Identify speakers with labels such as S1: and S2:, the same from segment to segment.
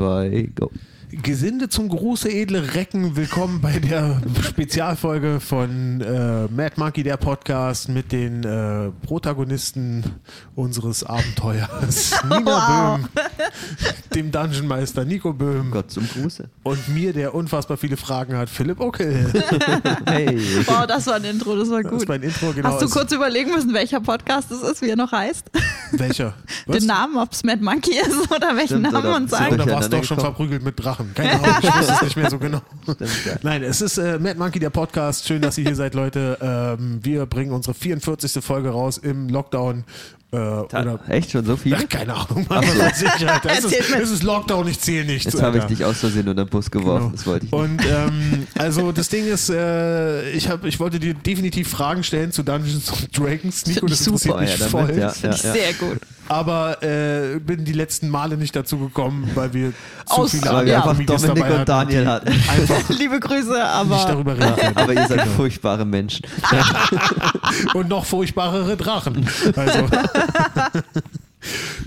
S1: zwei, go.
S2: Gesinde zum große edle Recken. Willkommen bei der Spezialfolge von äh, Mad Monkey, der Podcast mit den äh, Protagonisten unseres Abenteuers. Nina Böhm, dem Dungeon Meister Nico Böhm
S1: Gott zum Gruße.
S2: und mir, der unfassbar viele Fragen hat, Philipp Ockel.
S1: Hey.
S3: Wow, das war ein Intro, das war
S2: Das ist
S3: gut.
S2: mein Intro, genau.
S3: Hast du
S2: ist-
S3: kurz überlegen müssen, welcher Podcast es ist, wie er noch heißt?
S2: Welcher?
S3: Den Namen, ob es Mad Monkey ist oder welchen
S1: Stimmt,
S3: Namen
S1: oder-
S3: man
S1: Stimmt.
S3: sagt.
S2: Oder warst du doch schon
S1: Durcheinander
S2: verprügelt mit Drachen? Keine Ahnung, ich wusste es nicht mehr so genau.
S1: Stimmt, ja.
S2: Nein, es ist äh, Mad Monkey, der Podcast. Schön, dass ihr hier seid, Leute. Ähm, wir bringen unsere 44. Folge raus im Lockdown. Äh, oder,
S1: Echt schon so viel?
S2: ach, keine Ahnung, Mann, was weiß ich, Alter. Es
S3: Erzähl
S2: ist,
S3: mir.
S2: es ist Lockdown, ich zähle nichts.
S1: Jetzt habe ich
S2: Alter.
S1: dich aus Versehen unter den Bus geworfen.
S2: Genau.
S1: Das wollte ich nicht.
S2: Und ähm, also das Ding ist, äh, ich, hab, ich wollte dir definitiv Fragen stellen zu Dungeons und Dragons. Nico,
S3: ich
S2: das interessiert
S1: super,
S2: mich
S1: ja, damit,
S2: voll.
S1: ja.
S3: Finde ich sehr gut.
S2: Aber äh, bin die letzten Male nicht dazu gekommen, weil wir zu
S3: Aus-
S2: viele
S1: Weil
S3: Aber
S2: andere
S1: wir
S3: Ja.
S1: einfach
S2: Comedians
S1: Dominik
S2: dabei
S1: und Daniel
S2: hatten,
S1: hatten.
S2: die einfach
S3: Liebe Grüße,
S2: nicht
S3: aber
S2: darüber reden können.
S1: Aber ihr seid furchtbare Menschen.
S2: und noch furchtbarere Drachen. Also.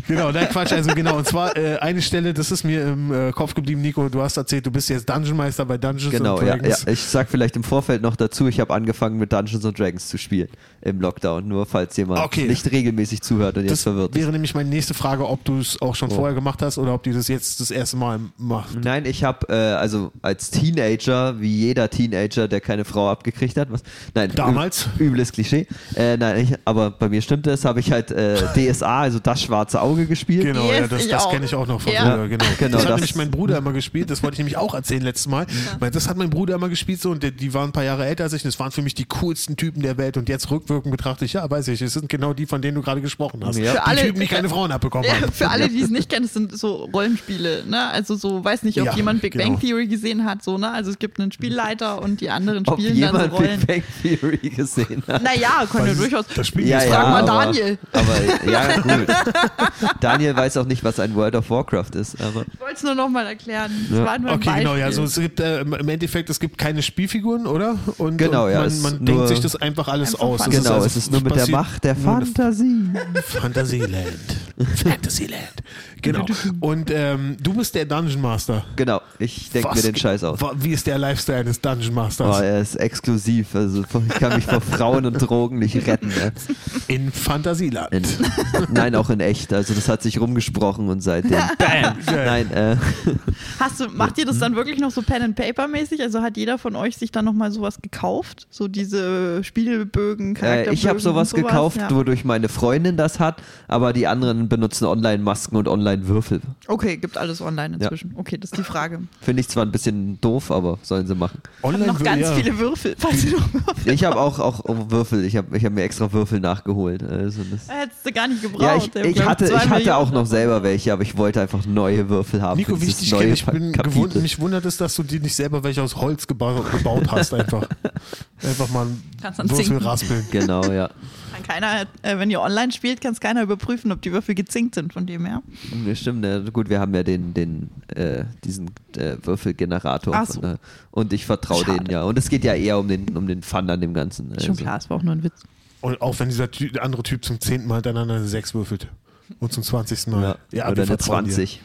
S2: genau, nein, Quatsch. Also genau, und zwar äh, eine Stelle, das ist mir im äh, Kopf geblieben, Nico, du hast erzählt, du bist jetzt Dungeonmeister bei Dungeons
S1: Genau,
S2: and
S1: ja, ja.
S2: Dragons.
S1: Ich sag vielleicht im Vorfeld noch dazu, ich habe angefangen mit Dungeons and Dragons zu spielen im Lockdown, nur falls jemand
S2: Okay.
S1: nicht regelmäßig zuhört und jetzt
S2: Das
S1: verwirrt Oh. ist.
S2: wäre nämlich meine nächste Frage, ob du es auch schon vorher gemacht hast oder ob du das jetzt das erste Mal machst.
S1: Nein, ich habe äh, also als Teenager, wie jeder Teenager, der keine Frau abgekriegt hat, was? Nein, üb-
S2: Damals?
S1: übles Klischee. Äh, nein, ich, aber bei mir stimmt es, habe ich halt äh, DSA, also das schwarze Auge gespielt.
S2: Genau, ja,
S3: Yes,
S2: das,
S3: ich
S2: das
S3: auch.
S2: kenne ich auch noch von
S3: Ja.
S2: früher. Genau.
S1: Genau,
S2: das hat
S1: das-
S2: nämlich mein Bruder immer gespielt, das wollte ich nämlich auch erzählen letztes Mal. Weil das hat mein Bruder immer gespielt so und die, die waren ein paar Jahre älter als ich und das waren für mich die coolsten Typen der Welt und jetzt rückwirkend betrachte ich, ja, weiß ich, es sind genau die, von denen du gerade gesprochen hast.
S1: Ja. Für
S2: Die
S3: alle- äh,
S2: Typen, die keine Frauen abbekommen
S3: Ja,
S2: haben.
S3: für alle, die es nicht kennen, es sind so Rollenspiele, ne? Also so, weiß nicht, ob
S2: Ja,
S3: jemand Big
S2: genau.
S3: Bang Theory gesehen hat, so, ne? Also es gibt einen Spielleiter und die anderen
S1: Ob
S3: spielen dann so
S1: jemand
S3: Rollen.
S1: Big Bang Theory gesehen hat.
S3: Naja, können wir
S2: Das ist-
S3: durchaus.
S2: Das Spiel
S1: Ja,
S2: ist
S1: ja,
S3: Frag mal
S1: aber,
S3: Daniel.
S1: Aber ja, gut. Daniel weiß auch nicht, was ein World of Warcraft ist, aber
S2: Also
S3: Ich wollte es nur nochmal erklären. Das
S1: Ja.
S3: war nur ein
S2: Okay, genau, ja, also
S3: Beispiel.
S2: es gibt äh, im Endeffekt, es gibt keine Spielfiguren, oder? Und,
S1: Genau,
S2: und
S1: ja,
S2: man,
S1: es
S2: man
S1: nur-
S2: denkt sich das einfach alles
S3: Einfach
S2: aus.
S3: Fantasie.
S1: genau,
S2: also
S1: es ist nur mit der
S2: passiert
S1: Macht der
S2: nur eine
S1: Fantasie.
S2: Fantasyland. Fantasyland. Genau. Und ähm, du bist der Dungeon Master.
S1: Genau, ich denke
S2: Was
S1: mir den
S2: ge-
S1: Scheiß aus.
S2: wa- Wie ist der Lifestyle eines Dungeon
S1: Oh,
S2: Masters?
S1: er ist exklusiv, also ich kann mich vor Frauen und Drogen nicht retten. Ne?
S2: In Fantasyland.
S1: In, nein, auch in echt. Also das hat sich rumgesprochen und seitdem. Bam! Nein, äh,
S3: Hast du, macht
S1: Mhm.
S3: ihr das dann wirklich noch so Pen and Paper mäßig? Also hat jeder von euch sich dann nochmal sowas gekauft? So diese Spielbögen,
S1: äh,
S3: Charakterbögen?
S1: ich habe
S3: und
S1: sowas gekauft,
S3: Ja.
S1: wodurch meine Freundin das hat, aber die anderen benutzen Online-Masken und Online-Würfel.
S3: Okay, gibt alles online inzwischen. Okay, das ist die Frage.
S1: Finde ich zwar ein bisschen doof, aber sollen sie machen.
S3: Ich hab noch ganz
S2: ja.
S3: viele Würfel, falls du noch Würfel
S1: Ich habe auch, auch Würfel, ich habe ich hab mir extra Würfel nachgeholt. Also das,
S3: hättest du gar nicht gebraucht.
S1: ja, ich,
S3: Der hat,
S1: ich
S3: glaub
S1: hatte,
S3: zwei
S1: ich hatte auch
S3: Millionen.
S1: noch selber welche, aber ich wollte einfach neue Würfel haben.
S2: Nico,
S1: für dieses
S2: wichtig,
S1: neue
S2: ich bin
S1: Kapitel.
S2: gewohnt, mich wundert es, dass du dir nicht selber welche aus Holz geba gebaut hast, einfach. Einfach mal
S3: Kannst
S2: einen
S3: dann
S2: Würfel
S3: zinken.
S2: raspeln.
S1: Genau, ja.
S3: Kann keiner, äh, wenn ihr online spielt, kann es keiner überprüfen, ob die Würfel gezinkt sind von dem her.
S1: Ja, Stimmt, ja. gut, wir haben ja den, den, äh, diesen äh, Würfelgenerator.
S3: Ach
S1: von
S3: so.
S1: daher. Und ich vertraue
S3: Schade.
S1: denen ja. Und es geht ja eher um den, um den Fun an dem Ganzen.
S3: Schon
S1: also.
S3: klar, es war auch nur ein Witz.
S2: Und auch wenn dieser Ty andere Typ zum zehnten Mal hintereinander eine 6 würfelt. Und zum 20. Mal.
S1: Ja.
S2: Ja, wir
S1: Oder eine
S2: vertrauen dir.
S1: 20.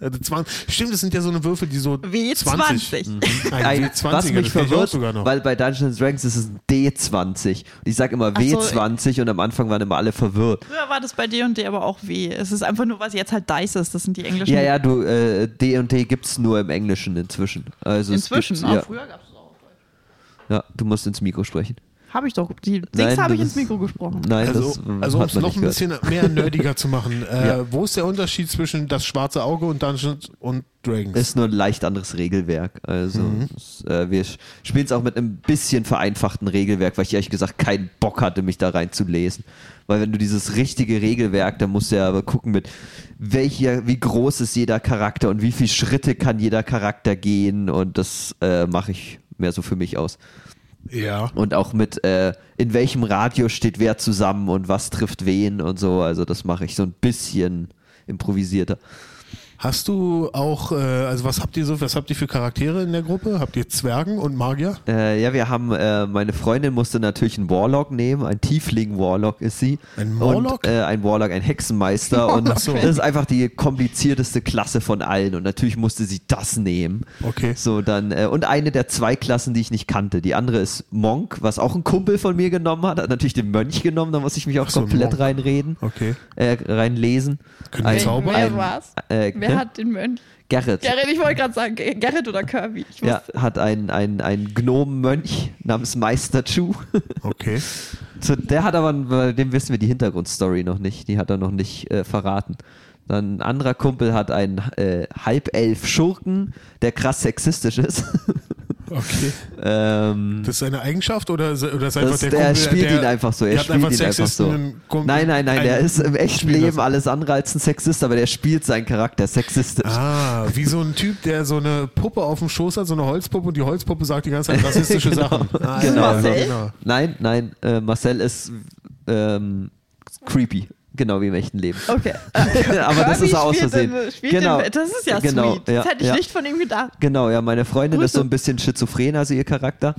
S2: Also 20. Stimmt, das sind ja so eine Würfel, die so
S3: W20.
S1: Mhm.
S2: Ein
S1: Ein-
S2: W20,
S1: was mich verwirrt,
S2: sogar noch.
S1: weil bei Dungeons Dragons ist es ein D20. Und ich sage immer
S3: Ach so, äh
S1: W20 und am Anfang waren immer alle verwirrt.
S3: Früher war das bei D&D aber auch W. Es ist einfach nur, was jetzt halt Dice ist. Das sind die englischen
S1: Ja, ja, du, äh, D und D gibt's nur im Englischen inzwischen. Also es
S3: Inzwischen,
S1: gibt's-
S3: ah,
S1: ja,
S3: früher gab es auch.
S1: ja, du musst ins Mikro sprechen.
S3: Habe ich doch. Die
S1: Nein,
S3: Dings habe ich
S1: das-
S3: ins Mikro gesprochen.
S1: Nein,
S2: Also,
S1: das mm,
S2: also um
S1: hat
S2: es
S1: man
S2: noch
S1: nicht
S2: ein
S1: gehört.
S2: bisschen mehr nerdiger zu machen, äh,
S1: Ja.
S2: wo ist der Unterschied zwischen das schwarze Auge und Dungeons und Dragons?
S1: Ist nur ein leicht anderes Regelwerk. Also es, äh, wir spielen es auch mit einem bisschen vereinfachten Regelwerk, weil ich ehrlich gesagt keinen Bock hatte, mich da reinzulesen. Weil wenn du dieses richtige Regelwerk, dann musst du ja aber gucken mit welcher, wie groß ist jeder Charakter und wie viele Schritte kann jeder Charakter gehen und das äh, mache ich mehr so für mich aus.
S2: ja.
S1: Und auch mit, äh, in welchem Radius steht wer zusammen und was trifft wen und so. Also das mache ich so ein bisschen improvisierter.
S2: Hast du auch, äh, also was habt ihr so, was habt ihr für Charaktere in der Gruppe? Habt ihr Zwergen und Magier?
S1: Äh, ja, wir haben, äh, meine Freundin musste natürlich einen Warlock nehmen, ein Tiefling-Warlock ist sie.
S2: Ein Warlock?
S1: Und, äh, ein Warlock, ein Hexenmeister. Und
S2: Ach
S1: das
S2: so.
S1: ist einfach die komplizierteste Klasse von allen. Und natürlich musste sie das nehmen.
S2: Okay.
S1: So, dann, äh, und eine der zwei Klassen, die ich nicht kannte. Die andere ist Monk, was auch ein Kumpel von mir genommen hat, hat natürlich den Mönch genommen, da muss ich mich auch
S2: so,
S1: komplett
S2: Monk.
S1: reinreden,
S2: Okay.
S1: äh, reinlesen.
S2: Können wir zaubern?
S3: Wer war's?
S1: Äh,
S3: Wer
S1: ne?
S3: hat den Mönch?
S1: Gerrit.
S3: Gerrit, ich wollte gerade sagen, Ger- Gerrit oder Kirby. Ich
S1: Ja,
S3: wusste.
S1: hat einen ein, ein Gnomenmönch namens Meister Chu.
S2: Okay.
S1: Zu der hat aber, bei dem wissen wir die Hintergrundstory noch nicht. Die hat er noch nicht äh, verraten. Dann ein anderer Kumpel hat einen äh, halbelf Schurken, der krass sexistisch ist.
S2: Okay.
S1: ähm,
S2: Das ist eine Eigenschaft oder ist, oder ist einfach
S1: das,
S2: der,
S1: der, der
S2: Kumpel,
S1: spielt
S2: der,
S1: ihn einfach so.
S2: ihr
S1: Er
S2: habt
S1: spielt ihn einfach
S2: Sexisten
S1: so.
S2: einen Kumpel-
S1: Nein, nein, nein, der
S2: einen-
S1: ist im echten
S2: spielen
S1: Leben
S2: lassen.
S1: alles andere als ein Sexist, aber der spielt seinen Charakter sexistisch.
S2: Ah, wie so ein Typ, der so eine Puppe auf dem Schoß hat, so eine Holzpuppe und die Holzpuppe sagt die ganze Zeit rassistische Sachen. Ah,
S1: Genau.
S2: ja,
S1: Marcel?
S2: genau.
S1: Nein, nein, äh, Marcel ist ähm, creepy. Genau wie im echten Leben.
S3: Okay.
S1: aber das
S3: Kirby
S1: ist aus
S3: spielt
S1: Versehen.
S3: Den, spielt
S1: genau.
S3: den, das ist ja
S1: genau,
S3: sweet.
S1: Ja,
S3: das hätte ich
S1: ja.
S3: nicht von ihm gedacht.
S1: Genau, ja, meine Freundin ist
S3: Grüße.
S1: so ein bisschen schizophren, also ihr Charakter.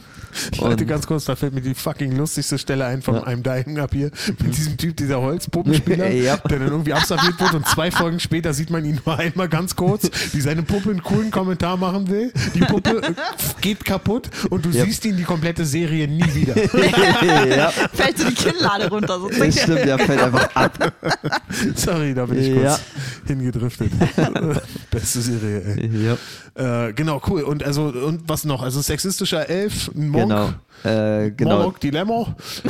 S2: Leute,
S1: Und
S2: ganz kurz, da fällt mir die fucking lustigste Stelle ein von
S1: Ja.
S2: einem Dying Up hier mit diesem Typ, dieser Holzpuppenspieler,
S1: Ja.
S2: der dann irgendwie abserviert wird und zwei Folgen später sieht man ihn nur einmal ganz kurz, wie seine Puppe einen coolen Kommentar machen will. Die Puppe äh, geht kaputt und du
S1: Ja.
S2: siehst ihn die komplette Serie nie wieder.
S1: ja,
S3: Fällt so die Kinnlade runter. So.
S1: das stimmt, der fällt einfach ab.
S2: Sorry, da bin ich kurz
S1: Ja.
S2: hingedriftet. Beste Serie, ey.
S1: Ja.
S2: Äh, genau, cool. Und also und was noch? Also sexistischer Elf, ein Monk,
S1: Genau. Äh, genau.
S2: Morlock Dilemma.
S3: Oh,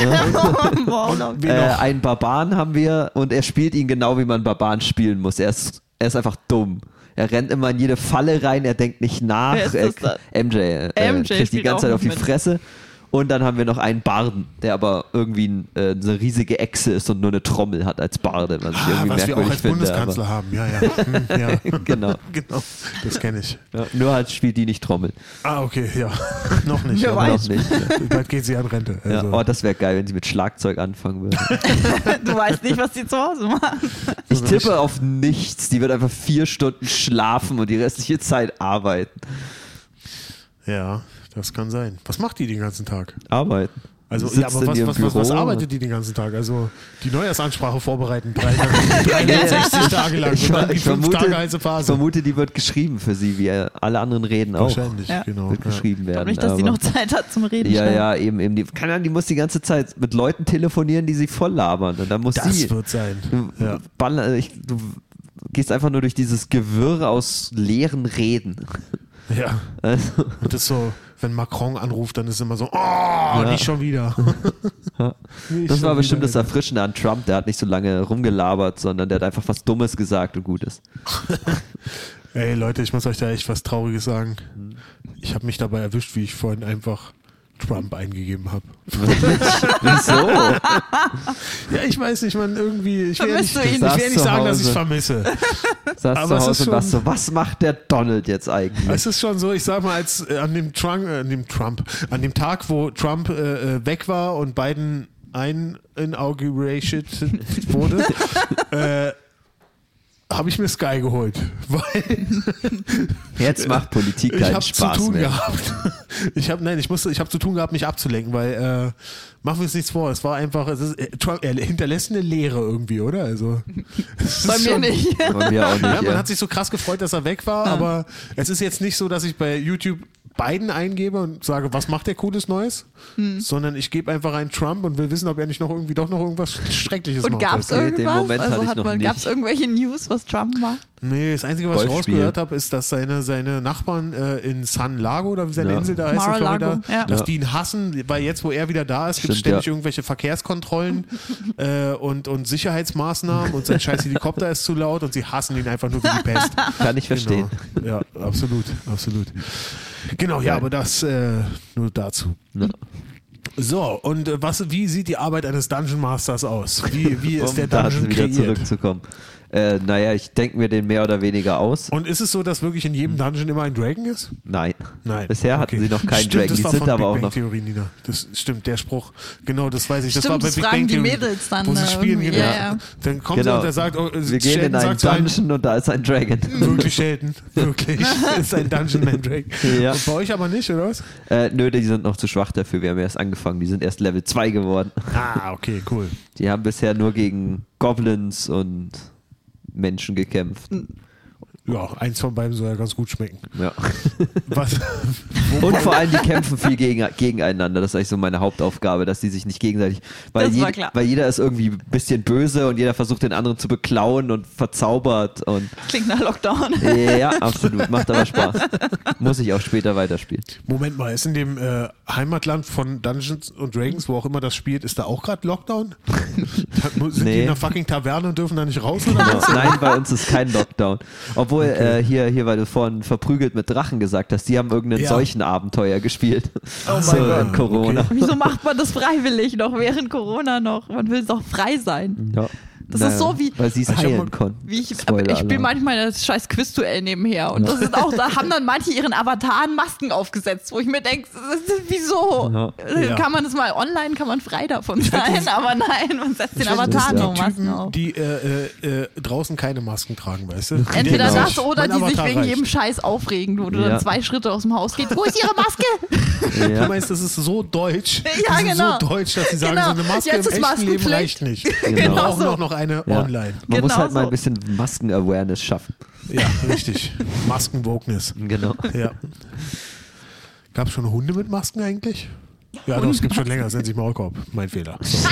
S3: Warlock.
S2: Wen
S1: Äh,
S2: noch?
S1: einen Barbaren haben wir und er spielt ihn genau, wie man Barbaren spielen muss. Er ist, er ist einfach dumm. Er rennt immer in jede Falle rein, er denkt nicht nach.
S3: Wer ist
S1: er,
S3: das da?
S1: MJ. Äh,
S3: MJ
S1: kriegt die
S3: spielt auch
S1: ganze Zeit auf die
S3: noch mit.
S1: Fresse. Und dann haben wir noch einen Barden, der aber irgendwie ein, äh, eine riesige Echse ist und nur eine Trommel hat als Barde, was ich
S2: Ah,
S1: irgendwie
S2: was wir auch
S1: merkwürdig
S2: als
S1: finde.
S2: Bundeskanzler haben, ja, ja. Hm, ja.
S1: aber, genau.
S2: genau, das kenne ich.
S1: Ja, nur halt spielt die nicht Trommel.
S2: Ah, okay, ja. noch nicht.
S3: Wer
S2: aber
S3: weiß.
S1: Noch nicht.
S2: Bald geht sie an Rente.
S1: Ja.
S2: Also.
S1: Oh, das wäre geil, wenn sie mit Schlagzeug anfangen würde.
S3: Du weißt nicht, was die zu Hause machen.
S1: Ich tippe auf nichts. Die wird einfach vier Stunden schlafen und die restliche Zeit arbeiten.
S2: ja, das kann sein. Was macht die den ganzen Tag?
S1: Arbeiten.
S2: Also,
S1: Die
S2: ja,
S1: sitzt
S2: aber
S1: in
S2: was,
S1: ihrem
S2: was, was, was
S1: Büro.
S2: arbeitet die den ganzen Tag? Also, die Neujahrsansprache vorbereiten, 360 Tage lang.
S1: Ich,
S2: und dann die
S1: ich,
S2: fünf
S1: vermute,
S2: Tage heiße
S1: ich
S2: Phase.
S1: vermute, die wird geschrieben für sie, wie äh, alle anderen reden auch.
S2: Wahrscheinlich,
S3: Ja.
S2: genau.
S1: Wird
S2: Ja.
S1: geschrieben
S3: Ich
S1: werden.
S3: glaube nicht, dass die
S1: aber-
S3: noch Zeit hat zum Reden.
S1: ja,
S3: Schneiden.
S1: ja, eben, eben. Die, keine Ahnung, die muss die ganze Zeit mit Leuten telefonieren, die sie voll labern. Und dann muss
S2: Das
S1: sie.
S2: wird sein.
S1: Du,
S2: Ja.
S1: baller, ich, du gehst einfach nur durch dieses Gewirr aus leeren Reden.
S2: ja.
S1: Also,
S2: Und das ist so, wenn Macron anruft, dann ist immer so, oh, nicht schon wieder. Nicht
S1: das
S2: schon
S1: war bestimmt das
S2: wieder.
S1: Erfrischende an Trump. Der hat nicht so lange rumgelabert, sondern der hat einfach was Dummes gesagt und Gutes.
S2: Ey Leute, ich muss euch da echt was Trauriges sagen.
S1: Mhm.
S2: Ich habe mich dabei erwischt, wie ich vorhin einfach Trump eingegeben habe.
S1: Wieso?
S2: Ja, ich weiß nicht, man irgendwie. Ich will
S3: Vermisst
S2: nicht,
S3: du ihn?
S2: ich will
S1: Saß
S2: nicht
S1: zu
S2: sagen, dass
S1: Hause.
S2: ich vermisse.
S1: Saß
S2: Aber
S1: zu
S2: es ist
S1: Hause und warst
S2: schon-
S1: so, was macht der Donald jetzt eigentlich?
S2: Es ist schon so, ich sag mal, als äh, an dem Trump, äh, an dem Trump, an dem Tag, wo Trump äh, äh, weg war und Biden ein inaugurated wurde, äh, habe ich mir Sky geholt, weil
S1: Jetzt macht Politik
S2: ich
S1: keinen
S2: habe zu
S1: Spaß
S2: tun
S1: mehr.
S2: gehabt. Ich habe nein, ich musste, ich habe zu tun gehabt, mich abzulenken, weil äh, machen wir uns nichts vor. Es war einfach, es ist, äh, Trump, er hinterlässt eine Leere irgendwie, oder? Also es
S3: Bei
S2: ist
S3: mir
S2: schon-
S3: nicht.
S1: Bei mir auch nicht.
S2: Ja, man
S1: ja.
S2: hat sich so krass gefreut, dass er weg war, aber es ist jetzt nicht so, dass ich bei YouTube Biden eingebe und sage, was macht der cooles Neues,
S1: Hm.
S2: sondern ich gebe einfach einen Trump und will wissen, ob er nicht noch irgendwie doch noch irgendwas Schreckliches
S3: Und
S2: macht.
S3: gab es
S1: Nee, den
S3: irgendwas?
S1: Moment hatte
S3: also
S1: ich
S3: hat
S1: noch
S3: man,
S1: nicht.
S3: gab's irgendwelche News, was Trump macht?
S2: Nee, das Einzige, was ich
S1: Golfspiel.
S2: rausgehört habe, ist, dass seine, seine Nachbarn äh, in San Lago oder wie seine
S1: Ja.
S2: Insel da heißt, in
S3: Mar-a-Lago,
S2: Florida,
S3: ja.
S2: dass
S1: Ja.
S2: die ihn hassen, weil jetzt, wo er wieder da ist, gibt
S1: Stimmt,
S2: es
S1: ja.
S2: ständig irgendwelche Verkehrskontrollen äh, und, und Sicherheitsmaßnahmen und sein scheiß Helikopter ist zu laut und sie hassen ihn einfach nur wie die Pest.
S1: Kann ich verstehen.
S2: Genau. Ja, absolut, absolut. Genau, ja, aber das äh, nur dazu.
S1: Ne?
S2: So, und äh, was, wie sieht die Arbeit eines Dungeon Masters aus? Wie, wie ist
S1: um
S2: der
S1: da
S2: Dungeon
S1: wieder
S2: kreiert?
S1: zurückzukommen. Äh, naja, ich denke mir den mehr oder weniger aus.
S2: Und ist es so, dass wirklich in jedem Dungeon immer ein Dragon ist?
S1: Nein.
S2: Nein.
S1: Bisher hatten
S2: Okay.
S1: sie noch keinen
S2: stimmt,
S1: Dragon.
S2: Das
S1: Die
S2: war
S1: sind
S2: von
S1: aber
S2: Big
S1: auch
S2: Bang
S1: noch.
S2: Theorie, Nina. Das stimmt, der Spruch. Genau, das weiß ich. Das
S3: Stimmt,
S2: war bei
S3: das
S2: Big
S3: fragen
S2: Bang
S3: die
S2: Theory.
S3: Mädels dann,
S2: Wo
S3: äh,
S2: sie spielen,
S3: irgendwie.
S2: genau.
S3: Ja, ja.
S2: Dann kommt
S1: Genau.
S2: sie und er sagt, oh, äh,
S1: Wir gehen
S2: Sheldon
S1: in einen
S2: sagt so ein-
S1: Dungeon und da ist ein Dragon.
S2: Wirklich Sheldon. Wirklich. Das ist ein Dungeon Mandrake.
S1: Ja.
S2: Und bei euch aber nicht, oder was?
S1: Äh, nö, die sind noch zu schwach dafür. Wir haben erst angefangen. Die sind erst Level 2 geworden.
S2: Ah, okay, cool.
S1: Die haben bisher nur gegen Goblins und Menschen gekämpft.
S2: Ja, eins von beiden soll ja ganz gut schmecken.
S1: Ja.
S2: Was?
S1: Und vor allem, die kämpfen viel gegen, gegeneinander. Das ist eigentlich so meine Hauptaufgabe, dass die sich nicht gegenseitig. Weil,
S3: Das war
S1: jed-
S3: klar.
S1: weil jeder ist irgendwie ein bisschen böse und jeder versucht, den anderen zu beklauen und verzaubert. Und
S3: Klingt nach Lockdown.
S1: ja, absolut. Macht aber Spaß. Muss ich auch später weiterspielen.
S2: Moment mal, ist in dem äh, Heimatland von Dungeons und Dragons, wo auch immer das spielt, ist da auch gerade Lockdown? Da, mu- sind die
S1: Nee.
S2: in einer fucking Taverne und dürfen da nicht raus oder
S1: Genau.
S2: was?
S1: Nein, bei uns ist kein Lockdown. Obwohl, äh, hier, hier, weil du vorhin verprügelt mit Drachen gesagt hast, die haben irgendein
S2: Ja.
S1: solchen Abenteuer gespielt. Oh
S2: mein Gott.
S1: Corona.
S3: Wieso macht man das freiwillig noch während Corona noch? Man will doch frei sein.
S1: Ja.
S3: Das ist so wie-
S1: Weil sie es
S2: Ich hab mal-
S1: heilen konnten.
S3: Wie ich
S1: Spoiler
S3: ich spiele
S1: Alarm.
S3: manchmal das scheiß Quiz-Duell nebenher. Und das ist auch, da haben dann manche ihren Avataren Masken aufgesetzt, wo ich mir denke, wieso?
S1: Ja.
S3: Äh,
S2: Ja.
S3: Kann man das mal online, kann man frei davon sein, aber nein, man setzt den
S2: Ich weiß nicht,
S3: Avatar
S1: das
S3: noch
S1: sind
S3: Masken
S2: Typen,
S3: auf.
S2: die äh, äh, äh, draußen keine Masken tragen, weißt du?
S3: Entweder
S1: Genau.
S3: das oder
S2: Mein
S3: die sich
S2: Avatar
S3: wegen
S2: reicht.
S3: jedem Scheiß aufregen, wo du
S1: Ja.
S3: dann zwei Schritte aus dem Haus gehst. Wo ist ihre Maske?
S2: Du
S1: Ja.
S2: meinst, das ist so deutsch.
S3: Ja,
S2: das ist
S3: genau.
S2: so deutsch, dass sie sagen,
S3: Genau.
S2: so eine Maske
S3: Jetzt ist
S2: im echten Leben
S3: Maskenpflicht.
S2: reicht nicht. Wir
S1: Genau
S2: brauchen
S3: so.
S2: auch noch eine
S1: Ja.
S2: online.
S1: Man muss
S3: Genau
S1: halt mal
S3: so.
S1: ein bisschen Masken-Awareness schaffen.
S2: Ja, richtig. Maskenwokeness.
S1: Genau.
S2: Ja. Gab es schon Hunde mit Masken eigentlich? Ja, doch, es gibt schon länger, das nennt sich Maulkorb. Mein Fehler. So.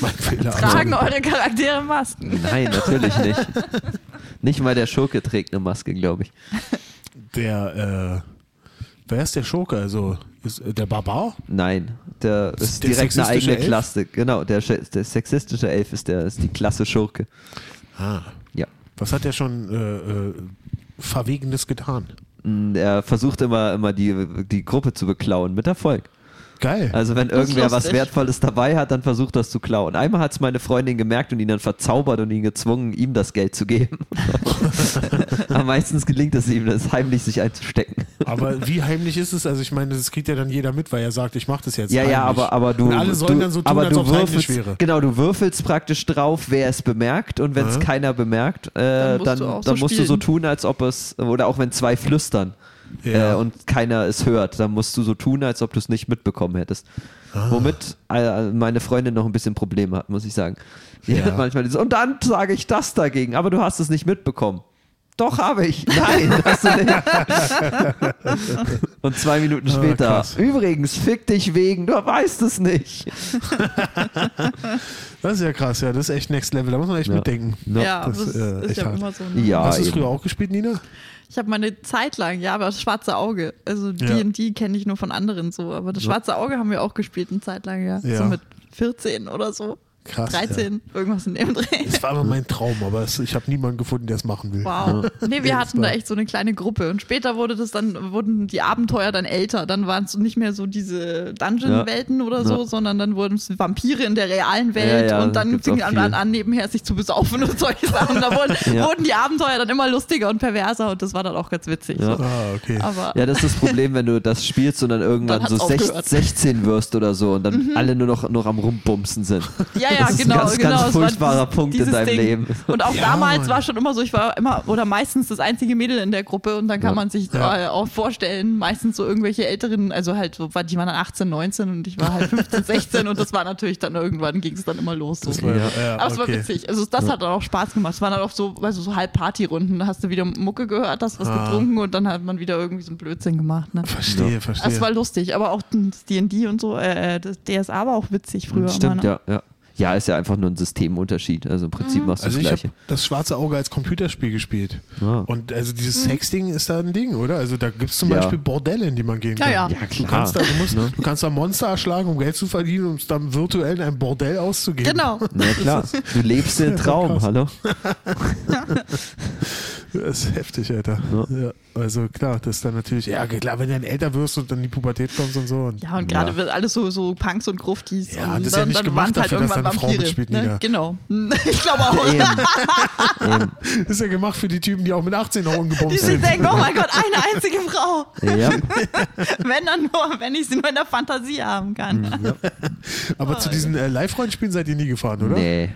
S2: mein Fehler.
S3: Tragen eure Charaktere Masken.
S1: Nein, natürlich nicht. Nicht mal der Schurke trägt eine Maske, glaube ich.
S2: der, äh, wer ist der Schurke? Also, ist, äh, der Barbar?
S1: Nein, der ist
S2: Der
S1: direkt eine
S2: sexistische
S1: eigene
S2: Elf?
S1: Klasse. Genau, der, Sch- der sexistische Elf ist, der, ist die Klasse Schurke.
S2: Ah.
S1: Ja.
S2: Was hat der schon äh, äh, Verwegenes getan?
S1: Mm, Er versucht immer, immer die, die Gruppe zu beklauen, mit Erfolg.
S2: Geil.
S1: Also wenn
S3: Das ist
S1: irgendwer was
S3: lustig.
S1: Wertvolles dabei hat, dann versucht das zu klauen. Einmal hat es meine Freundin gemerkt und ihn dann verzaubert und ihn gezwungen, ihm das Geld zu geben. Am meistens gelingt es ihm, das heimlich sich einzustecken.
S2: aber wie heimlich ist es? Also, ich meine, das kriegt ja dann jeder mit, weil er sagt, ich mache das jetzt.
S1: Ja,
S2: heimlich.
S1: ja, aber, aber du.
S2: Und alle sollen
S1: du,
S2: dann so tun,
S1: aber
S2: als
S1: du
S2: ob es halt heimlich
S1: würfelst,
S2: wäre.
S1: Genau, du würfelst praktisch drauf, wer es bemerkt und wenn es
S2: Mhm.
S1: keiner bemerkt, äh,
S3: Dann musst
S1: dann,
S3: du auch
S1: dann,
S3: so
S1: musst du so
S3: spielen.
S1: tun, als ob es. Oder auch wenn zwei flüstern.
S2: Ja.
S1: Äh, und keiner es hört, dann musst du so tun, als ob du es nicht mitbekommen hättest.
S2: Ah.
S1: Womit äh, meine Freundin noch ein bisschen Probleme hat, muss ich sagen. Die
S2: Ja.
S1: hat manchmal dieses, und dann sage ich das dagegen, aber du hast es nicht mitbekommen. Doch, habe ich. Nein, hast du nicht. Und zwei Minuten später.
S2: Ah, krass.
S1: Übrigens, fick dich wegen, du weißt es nicht.
S2: Das ist ja krass, ja, das ist echt Next Level, da muss man echt
S1: Ja.
S2: mitdenken.
S1: Ja,
S3: Ja,
S2: das,
S3: das, ist,
S2: äh, echt
S3: ja
S2: hart.
S3: immer so. ne?
S1: Ja,
S2: Hast du es
S1: eben.
S2: früher auch gespielt, Nina?
S3: Ich habe meine Zeit lang, ja, aber das schwarze Auge. Also
S2: Ja.
S3: DD kenne ich nur von anderen so, aber das schwarze Auge haben wir auch gespielt eine Zeit lang, ja.
S2: Ja.
S3: So mit 14 oder so.
S2: Krass,
S3: 13, irgendwas in dem Dreh.
S2: Es war immer mein Traum, aber es, ich habe niemanden gefunden, der es machen will.
S3: Wow. Nee, wir
S2: Ja,
S3: hatten
S2: das
S3: da
S2: war-
S3: echt so eine kleine Gruppe. Und später wurde das dann, wurden die Abenteuer dann älter. Dann waren es nicht mehr so diese Dungeon-Welten oder so,
S1: Ja.
S3: sondern dann wurden es Vampire in der realen Welt
S1: Ja, ja,
S3: und dann
S1: gibt's
S3: fingen
S1: auch
S3: an, an,
S1: viel.
S3: an, nebenher sich zu besaufen und solche Sachen. Da wurden,
S1: Ja.
S3: wurden die Abenteuer dann immer lustiger und perverser und das war dann auch ganz witzig.
S1: Ja.
S3: So.
S2: Ah, okay.
S3: Aber
S1: Ja, das ist das Problem, wenn du das spielst und dann irgendwann
S3: Dann
S1: so
S3: hat's
S1: sech-
S3: aufgehört. Mhm.
S1: 16 wirst oder so und dann alle nur noch, noch am Rumbumsen sind.
S3: Ja, ja,
S1: Das ist ein
S3: genau.
S1: ganz,
S3: genau.
S1: ganz
S3: Es war
S1: furchtbarer
S3: dieses-
S1: Punkt in
S3: dieses
S1: deinem
S3: Ding.
S1: Leben.
S3: Und auch
S2: Ja,
S3: damals
S2: Mann.
S3: war schon immer so, ich war immer oder meistens das einzige Mädel in der Gruppe und dann kann
S1: Ja.
S3: man sich
S2: Ja.
S3: äh, auch vorstellen, meistens so irgendwelche Älteren, also halt so, war- die waren dann 18, 19 und ich war halt 15, 16 und das war natürlich dann irgendwann, ging es dann immer los. So.
S2: Das war- ja, ja,
S3: Aber es war
S2: okay.
S3: witzig. Also das hat dann auch Spaß gemacht. Es waren dann auch so, also so halb Partyrunden, da hast du wieder Mucke gehört, hast was
S2: Ah.
S3: getrunken und dann hat man wieder irgendwie so einen Blödsinn gemacht. Ne?
S2: Verstehe, verstehe.
S3: Das war lustig, aber auch das D&D und so, äh, das DSA war auch witzig früher.
S1: Stimmt,
S3: immer, ne?
S1: ja, ja. Ja, ist ja einfach nur ein Systemunterschied. Also im Prinzip
S3: Mhm.
S1: machst du
S2: also
S1: das
S2: ich
S1: Gleiche.
S2: habe das schwarze Auge als Computerspiel gespielt.
S1: Ah.
S2: Und also dieses
S3: Hm.
S2: Sexding ist da ein Ding, oder? Also da gibt es zum
S1: Ja.
S2: Beispiel Bordelle, in die man gehen
S3: Ja,
S2: kann.
S3: ja.
S2: Du
S3: Ja,
S1: klar. Ne?
S2: kannst, da, du, musst, du kannst da Monster erschlagen, um Geld zu verdienen, um es dann virtuell in einem Bordell auszugeben.
S3: Genau.
S1: Na klar, du lebst den Traum, hallo?
S2: Das ist heftig, Alter. Ja. also klar, das ist dann natürlich, ja klar, wenn du dann älter wirst und dann in die Pubertät kommst und so. Und
S3: Ja, und gerade wird alles so, so Punks und Gruftis.
S2: Ja,
S3: und
S2: das ist ja nicht
S3: dann
S2: gemacht
S3: waren halt
S2: dafür, dass
S3: irgendwann
S2: da eine Frau
S3: Vampire.
S2: mitspielt,
S3: ne?
S2: Nina.
S3: Genau. Ich glaube auch.
S2: Das ist ja gemacht für die Typen, die auch mit 18 noch
S3: Die
S2: umgebombt
S3: sich
S2: sind.
S3: denken, oh mein Gott, eine einzige Frau.
S1: Eben. Ja.
S3: Wenn dann nur, wenn ich sie nur in der Fantasie haben kann.
S2: Hm,
S3: Ah,
S2: Aber zu diesen äh, Live-Rollenspielen seid ihr nie gefahren, oder?
S1: Nee.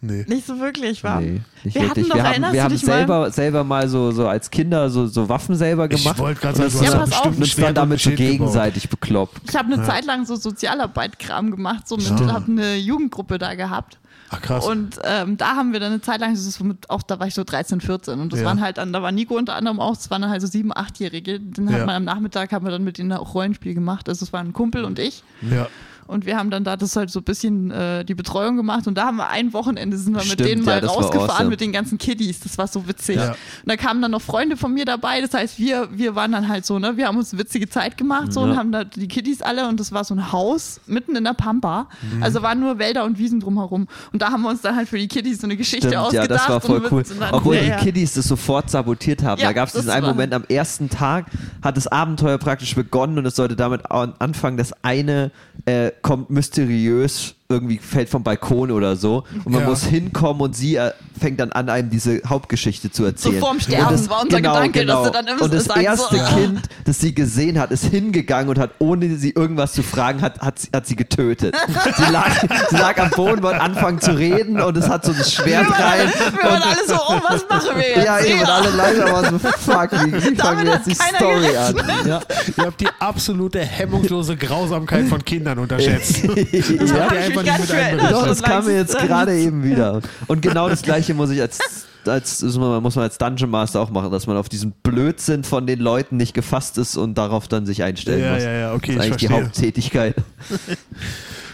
S2: Nee.
S3: Nicht so wirklich, war.
S1: Nee, nicht
S3: wir
S1: wirklich.
S3: hatten doch,
S1: wir haben,
S3: erinnerst
S1: wir
S3: du
S1: haben
S3: dich
S1: selber, selber mal so, so als Kinder so, so Waffen selber
S2: Ich
S1: gemacht.
S2: wollte gerade sagen,
S1: Und das
S2: du hast
S3: Ja,
S2: da
S3: pass
S2: bestimmt
S3: auf.
S2: ein
S1: uns dann
S2: Schwert und ein
S1: damit so
S2: Schild gebaut.
S1: gegenseitig bekloppt.
S3: Ich habe eine Zeit lang so Sozialarbeit-Kram gemacht, so mit,
S2: Ja.
S3: habe eine Jugendgruppe da gehabt.
S2: Ach krass.
S3: Und ähm, da haben wir dann eine Zeit lang, das ist mit, auch da war ich so 13, 14 und das
S2: Ja.
S3: waren halt dann, da war Nico unter anderem auch, das waren dann halt so sieben, achtjährige. Dann hat
S2: Ja.
S3: man am Nachmittag haben wir dann mit denen auch Rollenspiel gemacht. Also es waren ein Kumpel und ich
S2: ja.
S3: und wir haben dann da das halt so ein bisschen äh, die Betreuung gemacht und da haben wir ein Wochenende sind wir mit
S1: Stimmt,
S3: denen
S1: ja,
S3: mal
S1: das war
S3: rausgefahren
S1: awesome.
S3: mit den ganzen Kiddies. Das war so witzig.
S2: Ja.
S3: Und da kamen dann noch Freunde von mir dabei. Das heißt, wir, wir waren dann halt so, ne, wir haben uns eine witzige Zeit gemacht so und
S1: Ja.
S3: haben da die Kiddies alle und das war so ein Haus mitten in der Pampa.
S1: Mhm.
S3: Also waren nur Wälder und Wiesen drumherum. Und da haben wir uns dann halt für die Kiddies so eine Geschichte
S1: Stimmt, ja,
S3: ausgedacht.
S1: das war voll
S3: und
S1: cool.
S3: sind dann-
S1: Obwohl
S3: ja, ja.
S1: die Kiddies das sofort sabotiert haben.
S3: Ja,
S1: da gab es
S3: das
S1: diesen einen
S3: war-
S1: Moment, am ersten Tag hat das Abenteuer praktisch begonnen und es sollte damit an- anfangen, dass eine äh, kommt mysteriös, irgendwie fällt vom Balkon oder so und man
S2: Ja.
S1: muss hinkommen und sie äh, fängt dann an, einem diese Hauptgeschichte zu erzählen.
S3: So vorm Sterben
S1: Und das- genau,
S3: war unser Gedanke, dass sie dann immer
S1: Und
S3: so
S1: das
S3: sagen, so,
S1: erste
S3: ah.
S1: Kind, das sie gesehen hat, ist hingegangen und hat, ohne sie irgendwas zu fragen, hat, hat, sie- hat sie getötet. sie, lag, sie lag am Boden, wollte anfangen zu reden und es hat so das
S3: wir
S1: Schwert
S3: waren,
S1: rein
S3: alle, wir waren alle so, oh, was machen wir jetzt?
S1: ja, eben, und alle leider waren so, fuck, wie, wie fangen wir
S3: hat
S1: jetzt die
S3: keiner
S1: Story an? Ja.
S2: Ihr habt die absolute hemmungslose Grausamkeit von Kindern unterschätzt. Das
S3: Ja.
S2: habt ihr
S3: Hab ich
S2: einfach
S3: mich gar
S2: nicht mit
S3: nicht für
S2: einberechnet.
S3: erinnert.
S1: Doch, das
S3: schon
S1: kam mir
S3: längst.
S1: jetzt gerade eben wieder. Und genau das gleiche muss ich als, als muss man muss man als Dungeon Master auch machen, dass man auf diesen Blödsinn von den Leuten nicht gefasst ist und darauf dann sich einstellen
S2: Ja,
S1: muss.
S2: ja, ja,
S1: das
S2: okay,
S1: ist
S2: ich
S1: eigentlich die
S2: verstehe.
S1: Haupttätigkeit.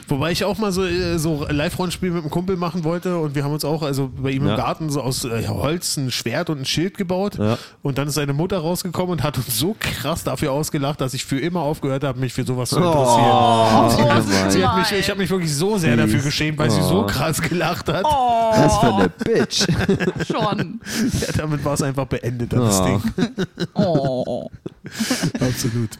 S2: Wobei ich auch mal so, äh, so Live-Rollenspiel mit einem Kumpel machen wollte und wir haben uns auch also bei ihm im
S1: Ja.
S2: Garten so aus äh, Holz ein Schwert und ein Schild gebaut
S1: Ja.
S2: und dann ist seine Mutter rausgekommen und hat uns so krass dafür ausgelacht, dass ich für immer aufgehört habe, mich für sowas zu interessieren.
S3: Oh,
S2: Sie hat
S3: nein.
S2: mich, ich habe mich wirklich so sehr
S1: Süß.
S2: dafür geschämt, weil sie so
S1: Oh.
S2: krass gelacht hat.
S1: Was für
S3: Oh,
S1: eine Bitch.
S3: schon.
S2: Ja, damit war es einfach beendet, dann das
S1: Oh.
S2: Ding.
S3: Oh.
S2: Absolut.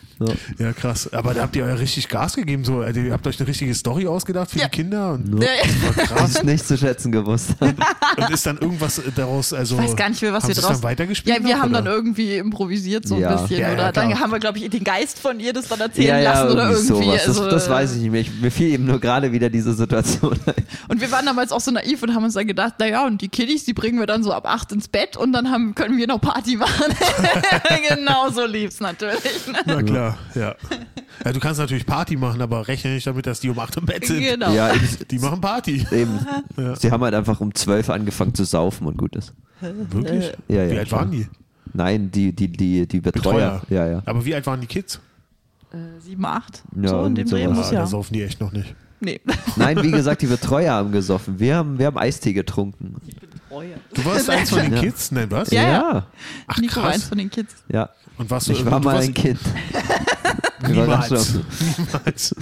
S2: Ja, krass. Aber da habt ihr euch richtig Gas gegeben. So. Also, ihr habt euch eine richtige Story ausgedacht für
S3: Ja.
S2: die Kinder. Und,
S3: Ja, ja.
S1: Das ist nicht zu schätzen gewusst.
S2: und ist dann irgendwas daraus. Also,
S3: Ich weiß gar nicht mehr, was
S2: haben
S3: wir
S2: sie's
S3: draus.
S2: dann weitergespielt?
S3: Ja, wir
S2: noch,
S3: haben dann
S2: oder?
S3: irgendwie improvisiert so
S1: Ja.
S3: ein bisschen.
S2: Ja, ja,
S3: oder dann
S2: klar.
S3: haben wir, glaube ich, den Geist von ihr das dann erzählen lassen oder irgendwie.
S1: sowas. Das,
S3: also,
S1: das weiß ich nicht mehr. Ich, mir fiel eben nur gerade wieder diese Situation ein.
S3: äh, Und wir waren damals auch so naiv und haben uns dann gedacht, naja, und die Kiddies, die bringen wir dann so ab 8 ins Bett und dann haben, können wir noch Party machen. genau so lieb's natürlich. Ne?
S2: Na klar, ja. ja. Du kannst natürlich Party machen, aber rechne nicht damit, dass die um 8 im Bett sind.
S3: Genau.
S1: Ja, eben,
S2: Die machen Party.
S1: eben. Sie haben halt einfach um 12 angefangen zu saufen und gut ist.
S2: Wirklich?
S1: Ja, ja,
S2: Äh, wie alt
S1: klar.
S2: waren die?
S1: Nein, die, die, die, die Betreuer. Ja, ja.
S2: Aber wie alt waren die Kids? Ah,
S3: Äh, 7, 8.
S1: Ja,
S3: so in
S1: irgendwie
S3: dem Dreh
S1: sowas.
S3: muss
S2: da
S3: ja.
S2: saufen die echt noch nicht.
S3: Nee.
S1: Nein, wie gesagt, die Betreuer haben gesoffen. Wir haben, wir haben Eistee getrunken.
S2: Du warst eins von den
S1: Ja.
S2: Kids? Nein, was?
S3: Ja.
S1: ja.
S2: Ach,
S3: Nico war
S2: krass.
S3: eins von den Kids.
S1: ja.
S2: Und warst du,
S1: Ich war
S2: du
S1: mal
S2: warst,
S1: ein Kind. Genau,
S2: Niemals.
S1: Überraschung.
S2: Niemals.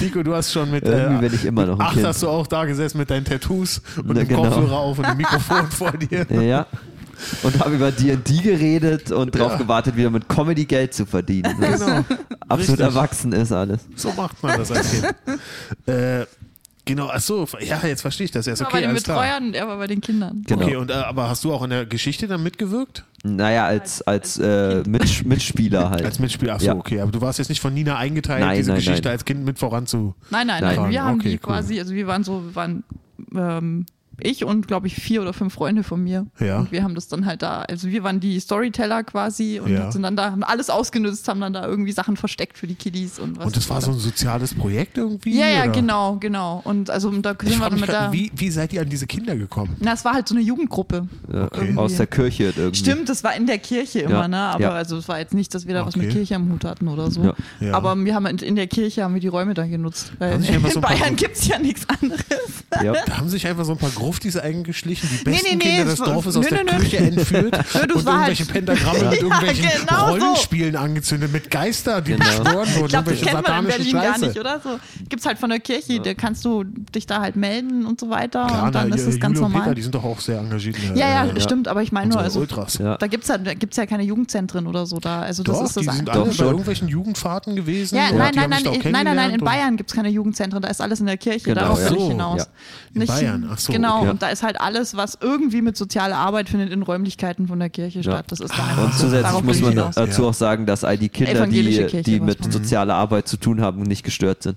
S2: Nico, du hast schon mit. äh,
S1: Irgendwie bin ich immer noch ein
S2: Ach,
S1: Kind.
S2: hast du auch da gesessen mit deinen Tattoos und
S1: Na,
S2: dem
S1: genau.
S2: Kopfhörer auf und dem Mikrofon vor dir.
S1: Ja. Und habe über D&D geredet und drauf
S2: Ja.
S1: gewartet, wieder mit Comedy Geld zu verdienen. Das
S2: Genau.
S1: Absolut
S2: Richtig.
S1: erwachsen ist alles.
S2: So macht man das als Kind. äh, genau, ach so, ja, jetzt verstehe ich das erst.
S3: Ich war
S2: Okay,
S3: bei den
S2: alles klar.
S3: Betreuern und er war bei den Kindern.
S1: Genau.
S2: Okay, und, äh, aber hast du auch in der Geschichte dann mitgewirkt?
S1: Naja, als, als äh, Mitsch- Mitspieler halt.
S2: Als Mitspieler? Ach so,
S1: Ja.
S2: okay. Aber du warst jetzt nicht von Nina eingeteilt,
S1: Nein,
S2: diese
S1: nein,
S2: Geschichte
S1: nein.
S2: als Kind mit voranzu.
S3: Nein, nein,
S1: Nein.
S3: nein. Wir haben
S2: Okay,
S3: die
S2: cool.
S3: quasi, also wir waren so, wir waren ähm, ich und glaube ich vier oder fünf Freunde von mir.
S2: Ja.
S3: Und wir haben das dann halt da, also wir waren die Storyteller quasi und
S2: Ja.
S3: sind dann da, haben alles ausgenutzt, haben dann da irgendwie Sachen versteckt für die Kiddies und was.
S2: Und das war so ein soziales Projekt irgendwie?
S3: Ja, ja,
S2: oder?
S3: genau, genau. Und also da
S2: Ich
S3: sind wir
S2: frag
S3: dann
S2: mich
S3: mit
S2: grad,
S3: da.
S2: wie, wie seid ihr an diese Kinder gekommen?
S3: Na, es war halt so eine Jugendgruppe.
S1: Ja,
S2: Okay.
S1: Äh, Aus der Kirche irgendwie.
S3: Stimmt, das war in der Kirche immer,
S1: Ja,
S3: ne? Aber
S1: ja.
S3: also es war jetzt nicht, dass wir da was
S2: Okay.
S3: mit Kirche am Hut hatten oder so.
S1: Ja.
S2: Ja.
S3: halt Aber wir haben in, in der Kirche haben wir die Räume dann genutzt. Weil
S2: Lass ich einfach
S3: in
S2: so ein paar-
S3: Bayern gibt es ja nichts anderes.
S1: Ja.
S2: Da haben sich einfach so ein paar Gruftis eingeschlichen, die besten
S3: nee, nee,
S2: Kinder
S3: es
S2: des
S3: war-
S2: Dorfes aus
S3: nö,
S2: der
S3: nö, nö.
S2: Kirche entführt und
S3: das war
S2: irgendwelche
S3: halt-
S2: Pentagramme mit
S3: Ja,
S2: irgendwelchen
S3: genau so.
S2: Rollenspielen angezündet, mit Geister, die
S1: Genau.
S2: beschworen wurden,
S3: Ich glaube, das
S2: irgendwelche
S3: kennt man in
S2: satanischen
S3: Berlin gar nicht,
S2: Scheiße.
S3: oder? So, gibt's halt von der Kirche, da kannst du dich da halt melden und so weiter
S2: Klar,
S3: und dann
S2: na,
S3: ist es
S2: Ju-
S3: ganz
S2: Jule und
S3: normal.
S2: Peter, die sind doch auch sehr engagiert. in der-
S3: ja, ja,
S2: äh,
S3: stimmt, aber ich meine nur,
S2: unsere
S3: also
S2: Ultras.
S1: Ja.
S3: da gibt's ja, da gibt's ja keine Jugendzentren oder so da. Also
S2: Doch,
S3: das ist das
S2: die sind
S1: Doch,
S2: alle bei
S1: schon.
S2: irgendwelchen Jugendfahrten gewesen.
S3: Ja,
S2: und
S3: nein,
S2: die
S3: nein,
S2: haben sich
S3: nein,
S2: da auch
S3: in- nein, nein, nein, in
S2: kennengelernt
S3: Bayern gibt es keine Jugendzentren, da ist alles in der Kirche,
S1: Genau,
S3: darauf
S1: ja.
S3: will ich
S2: Ach so,
S3: hinaus.
S1: ja.
S2: In Bayern, ach so,
S3: Genau,
S2: okay.
S3: und da ist halt alles, was irgendwie mit sozialer Arbeit findet, in Räumlichkeiten von der Kirche statt. Das ist
S2: Ah.
S3: da einfach
S1: Und
S3: so.
S1: zusätzlich
S3: Darauf
S1: muss
S3: will ich
S1: man
S3: hinaus.
S1: dazu
S2: Ja.
S1: auch sagen, dass all die Kinder,
S3: Evangelische
S1: die,
S3: Kirche,
S1: die
S3: was
S1: mit
S3: man-
S1: sozialer Arbeit zu tun haben, nicht gestört sind.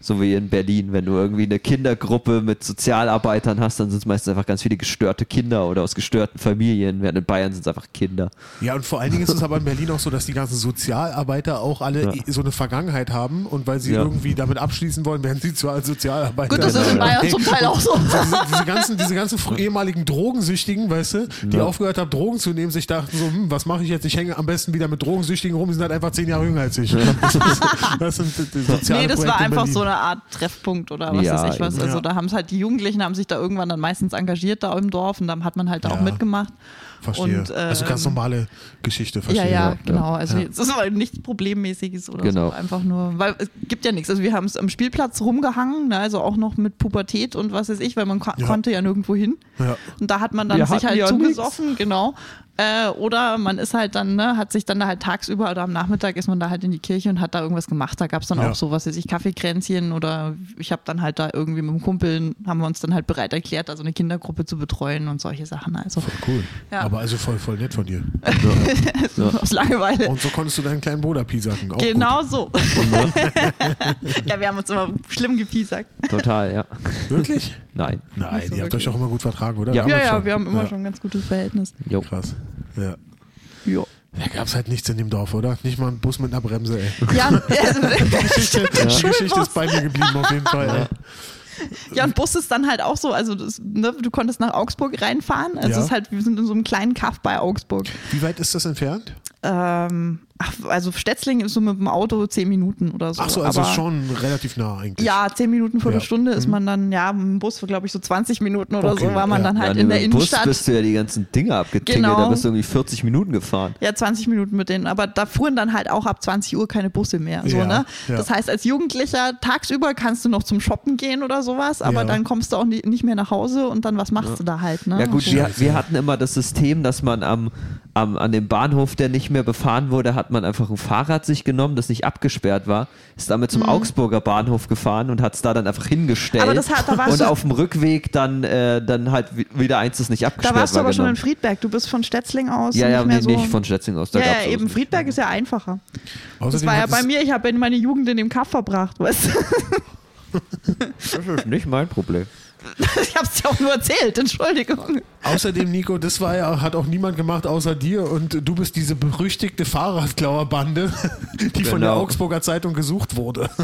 S1: So wie in Berlin, wenn du irgendwie eine Kindergruppe mit Sozialarbeitern hast, dann sind es meistens einfach ganz viele gestörte Kinder oder aus gestörten Familien, während in Bayern sind es einfach Kinder.
S2: Ja, und vor allen Dingen ist es aber in Berlin auch so, dass die ganzen Sozialarbeiter auch alle
S1: Ja.
S2: so eine Vergangenheit haben und weil sie
S1: Ja.
S2: irgendwie damit abschließen wollen, werden sie zu als Sozialarbeiter.
S3: Gut, das ist in
S2: Genau.
S3: Bayern zum Teil auch so.
S2: diese, diese ganzen, diese ganzen frü- ehemaligen Drogensüchtigen, weißt du, die aufgehört haben, Drogen zu nehmen, sich dachten so, hm, was mache ich jetzt? Ich hänge am besten wieder mit Drogensüchtigen rum, die sind halt einfach zehn Jahre jünger als ich. Das, ist, das sind die- die sozialen
S3: Nee, das war
S2: Projekte in
S3: einfach
S2: Berlin.
S3: so eine Art Treffpunkt oder was
S1: Ja,
S3: weiß ich was.
S1: eben.
S3: Also
S2: Ja.
S3: da haben es halt die Jugendlichen haben sich da irgendwann dann meistens engagiert da im Dorf und dann hat man halt da auch
S2: Ja.
S3: mitgemacht.
S2: Verstehe.
S3: Und, äh,
S2: also ganz normale Geschichte,
S3: Ja,
S2: verstehe.
S1: ja.
S3: ja, genau. Also
S2: Ja.
S3: es ist halt nichts Problemmäßiges oder
S1: Genau.
S3: so. Einfach nur, weil es gibt ja nichts. Also wir haben es am Spielplatz rumgehangen, ne? also auch noch mit Pubertät und was weiß ich, weil man ko
S2: Ja.
S3: konnte ja nirgendwo hin.
S2: Ja.
S3: Und da hat man dann
S1: Wir
S3: sich
S1: hatten
S3: halt
S1: ja
S3: zugesoffen, genau. Äh, oder man ist halt dann, ne, hat sich dann da halt tagsüber oder am Nachmittag ist man da halt in die Kirche und hat da irgendwas gemacht. Da gab es dann
S2: Ja.
S3: auch so, was weiß ich, Kaffeekränzchen oder ich habe dann halt da irgendwie mit dem Kumpel, haben wir uns dann halt bereit erklärt, also eine Kindergruppe zu betreuen und solche Sachen. Also
S2: Cool.
S3: Ja.
S2: Aber also voll, voll nett von dir.
S3: aus Langeweile.
S2: Und so konntest du deinen kleinen Bruder piesacken. Auch
S3: Genau so. ja, wir haben uns immer schlimm gepiesackt.
S1: Total, ja.
S2: Gut. Wirklich?
S1: Nein.
S2: Nein,
S3: so
S2: ihr habt euch
S3: wirklich.
S2: auch immer gut vertragen, oder?
S1: Ja.
S3: Ja,
S2: Damals
S3: ja,
S2: schon.
S3: wir haben immer
S2: Ja.
S3: schon ein ganz gutes Verhältnis.
S1: Jo.
S2: Krass. Ja.
S3: Ja,
S2: Da gab es halt nichts in dem Dorf, oder? Nicht mal ein Bus mit einer Bremse, ey.
S3: ja, also,
S2: Die Geschichte, die Geschichte ist bei mir geblieben, auf jeden Fall. Ey.
S3: ja und Bus ist dann halt auch so, also das, ne, du konntest nach Augsburg reinfahren. Also
S2: Ja.
S3: es ist halt, wir sind in so einem kleinen Kaff bei Augsburg.
S2: Wie weit ist das entfernt?
S3: Ähm, ach, also Stetzling ist so mit dem Auto zehn Minuten oder so.
S2: Achso, also
S3: aber
S2: schon relativ nah eigentlich.
S3: Ja, zehn Minuten, Viertelstunde
S2: Ja. Mhm.
S3: ist man dann, ja, im Bus, glaube ich, so 20 Minuten oder
S2: Okay,
S3: so, war man
S2: ja.
S3: dann halt
S1: Ja,
S3: in
S1: mit
S3: der
S1: dem Bus
S3: Innenstadt.
S1: bist du ja die ganzen Dinge abgetingelt,
S3: Genau.
S1: da bist du irgendwie 40 Minuten gefahren.
S3: Ja, 20 Minuten mit denen. Aber da fuhren dann halt auch ab 20 Uhr keine Busse mehr. So,
S2: Ja,
S3: ne?
S2: ja.
S3: Das heißt, als Jugendlicher tagsüber kannst du noch zum Shoppen gehen oder sowas, aber
S2: Ja.
S3: dann kommst du auch nie, nicht mehr nach Hause und dann was machst du da halt? Ne?
S1: Ja gut,
S3: Also,
S1: wir, wir hatten immer das System, dass man am, am, an dem Bahnhof, der nicht mehr befahren wurde, hat man einfach ein Fahrrad sich genommen, das nicht abgesperrt war, ist damit zum Augsburger Bahnhof gefahren und hat es da dann einfach hingestellt.
S3: Mhm. Aber das hat- da warst
S1: und
S3: du-
S1: auf dem Rückweg dann, äh, dann halt wi- wieder eins, das nicht abgesperrt
S3: da warst du
S1: war.
S3: aber schon in
S1: genommen.
S3: Friedberg. Du bist von Stetzling aus.
S1: ja,
S3: nicht
S1: ja,
S3: mehr
S1: nee,
S3: so.
S1: nicht von Schätzing aus. Da
S3: ja, ja,
S1: gab's sowas
S3: eben.
S1: nicht.
S3: Friedberg ist ja einfacher. Das
S2: Außerdem
S3: war ja
S2: hat
S3: bei
S2: es-
S3: mir. Ich habe ja meine Jugend in dem Kaff verbracht. Weißt? du?
S1: Das ist nicht mein Problem.
S3: Ich habe es dir auch nur erzählt. Entschuldigung.
S2: Außerdem, Nico, das war ja, hat auch niemand gemacht außer dir und du bist diese berüchtigte Fahrradklauerbande, die von der
S1: Genau.
S2: Augsburger Zeitung gesucht wurde.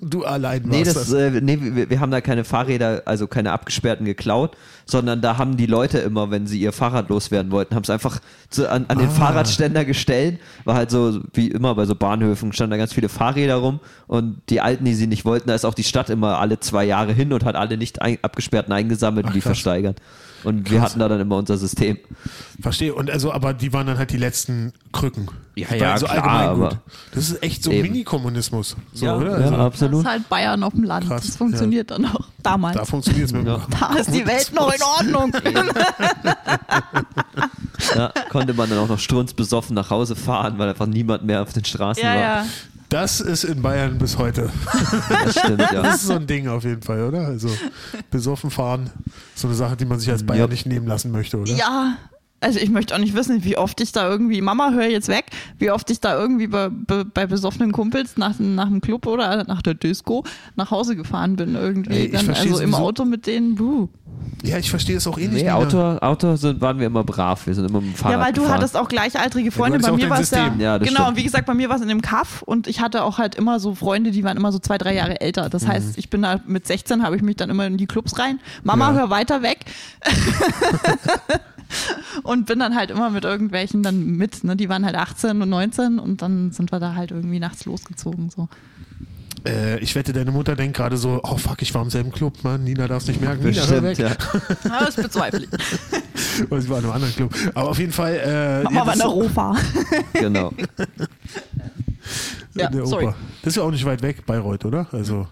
S2: Du allein warst
S1: Nee, das,
S2: das.
S1: äh, nee wir, wir haben da keine Fahrräder, also keine abgesperrten geklaut, sondern da haben die Leute immer, wenn sie ihr Fahrrad loswerden wollten, haben es einfach zu, an, an den
S2: Ah.
S1: Fahrradständer gestellt. War halt so, wie immer bei so Bahnhöfen, standen da ganz viele Fahrräder rum und die Alten, die sie nicht wollten, da ist auch die Stadt immer alle zwei Jahre hin und hat alle nicht ein, abgesperrten eingesammelt
S2: Ach,
S1: und die
S2: krass.
S1: versteigert. Und wir hatten da dann immer unser System.
S2: Verstehe. Und also, aber die waren dann halt die letzten Krücken.
S1: Ja,
S2: Weil
S1: ja,
S2: so
S1: klar,
S2: allgemein gut.
S1: aber-
S2: Das ist echt so
S1: Eben.
S2: Mini-Kommunismus. So,
S1: ja,
S2: oder?
S1: ja,
S2: Also,
S3: Das
S1: absolut.
S3: ist halt Bayern auf dem Land.
S2: Krass,
S3: das funktioniert dann auch. Damals.
S2: da funktioniert es mit
S1: Ja.
S2: dem
S3: da ist die Welt noch in Ordnung.
S1: Ja, konnte man dann auch noch strunzbesoffen nach Hause fahren, weil einfach niemand mehr auf den Straßen
S3: Ja,
S1: war.
S3: ja.
S2: Das ist in Bayern bis heute.
S1: Das stimmt, ja.
S2: Das ist so ein Ding auf jeden Fall, oder? Also besoffen fahren, so eine Sache, die man sich als Bayern
S1: Ja.
S2: nicht nehmen lassen möchte, oder?
S3: Ja. Also ich möchte auch nicht wissen, wie oft ich da irgendwie, Mama, hör jetzt weg, wie oft ich da irgendwie bei, bei, bei besoffenen Kumpels nach, nach dem Club oder nach der Disco nach Hause gefahren bin irgendwie.
S2: Ey, ich
S3: dann,
S2: verstehe
S3: also im
S2: sowieso-
S3: Auto mit denen, buh.
S2: Ja, ich verstehe es auch eh nicht.
S1: Nee,
S2: Nina.
S1: Auto, Auto sind, waren wir immer brav. Wir sind immer mit dem Fahrrad
S3: Ja, weil du
S1: gefahren.
S3: hattest auch gleichaltrige Freunde.
S2: hattest
S3: bei
S2: auch
S3: mir
S2: dein
S3: war es
S2: System.
S1: Ja, das
S3: genau,
S1: stimmt.
S3: und wie gesagt, bei mir war es in dem Kaff und ich hatte auch halt immer so Freunde, die waren immer so zwei, drei Jahre älter.
S2: Mhm.
S3: Das heißt, ich bin da mit 16 habe ich mich dann immer in die Clubs rein. Mama,
S2: Ja.
S3: hör weiter weg. und bin dann halt immer mit irgendwelchen dann mit. Ne? Die waren halt 18 und 19 und dann sind wir da halt irgendwie nachts losgezogen. So.
S2: Äh, ich wette, deine Mutter denkt gerade so, oh fuck, ich war im selben Club, Mann, Nina darf es nicht merken. Nina, hör
S1: Bestimmt,
S2: weg.
S1: ja.
S3: Ja, das bezweifle ich.
S2: Oder sie war in einem anderen Club. Aber auf jeden Fall. Äh,
S3: Mama
S2: ja, das
S3: war in der Rofa.
S1: Genau.
S3: Ja,
S2: der
S3: sorry.
S2: Oper. Das ist ja auch nicht weit weg, Bayreuth, oder? Also,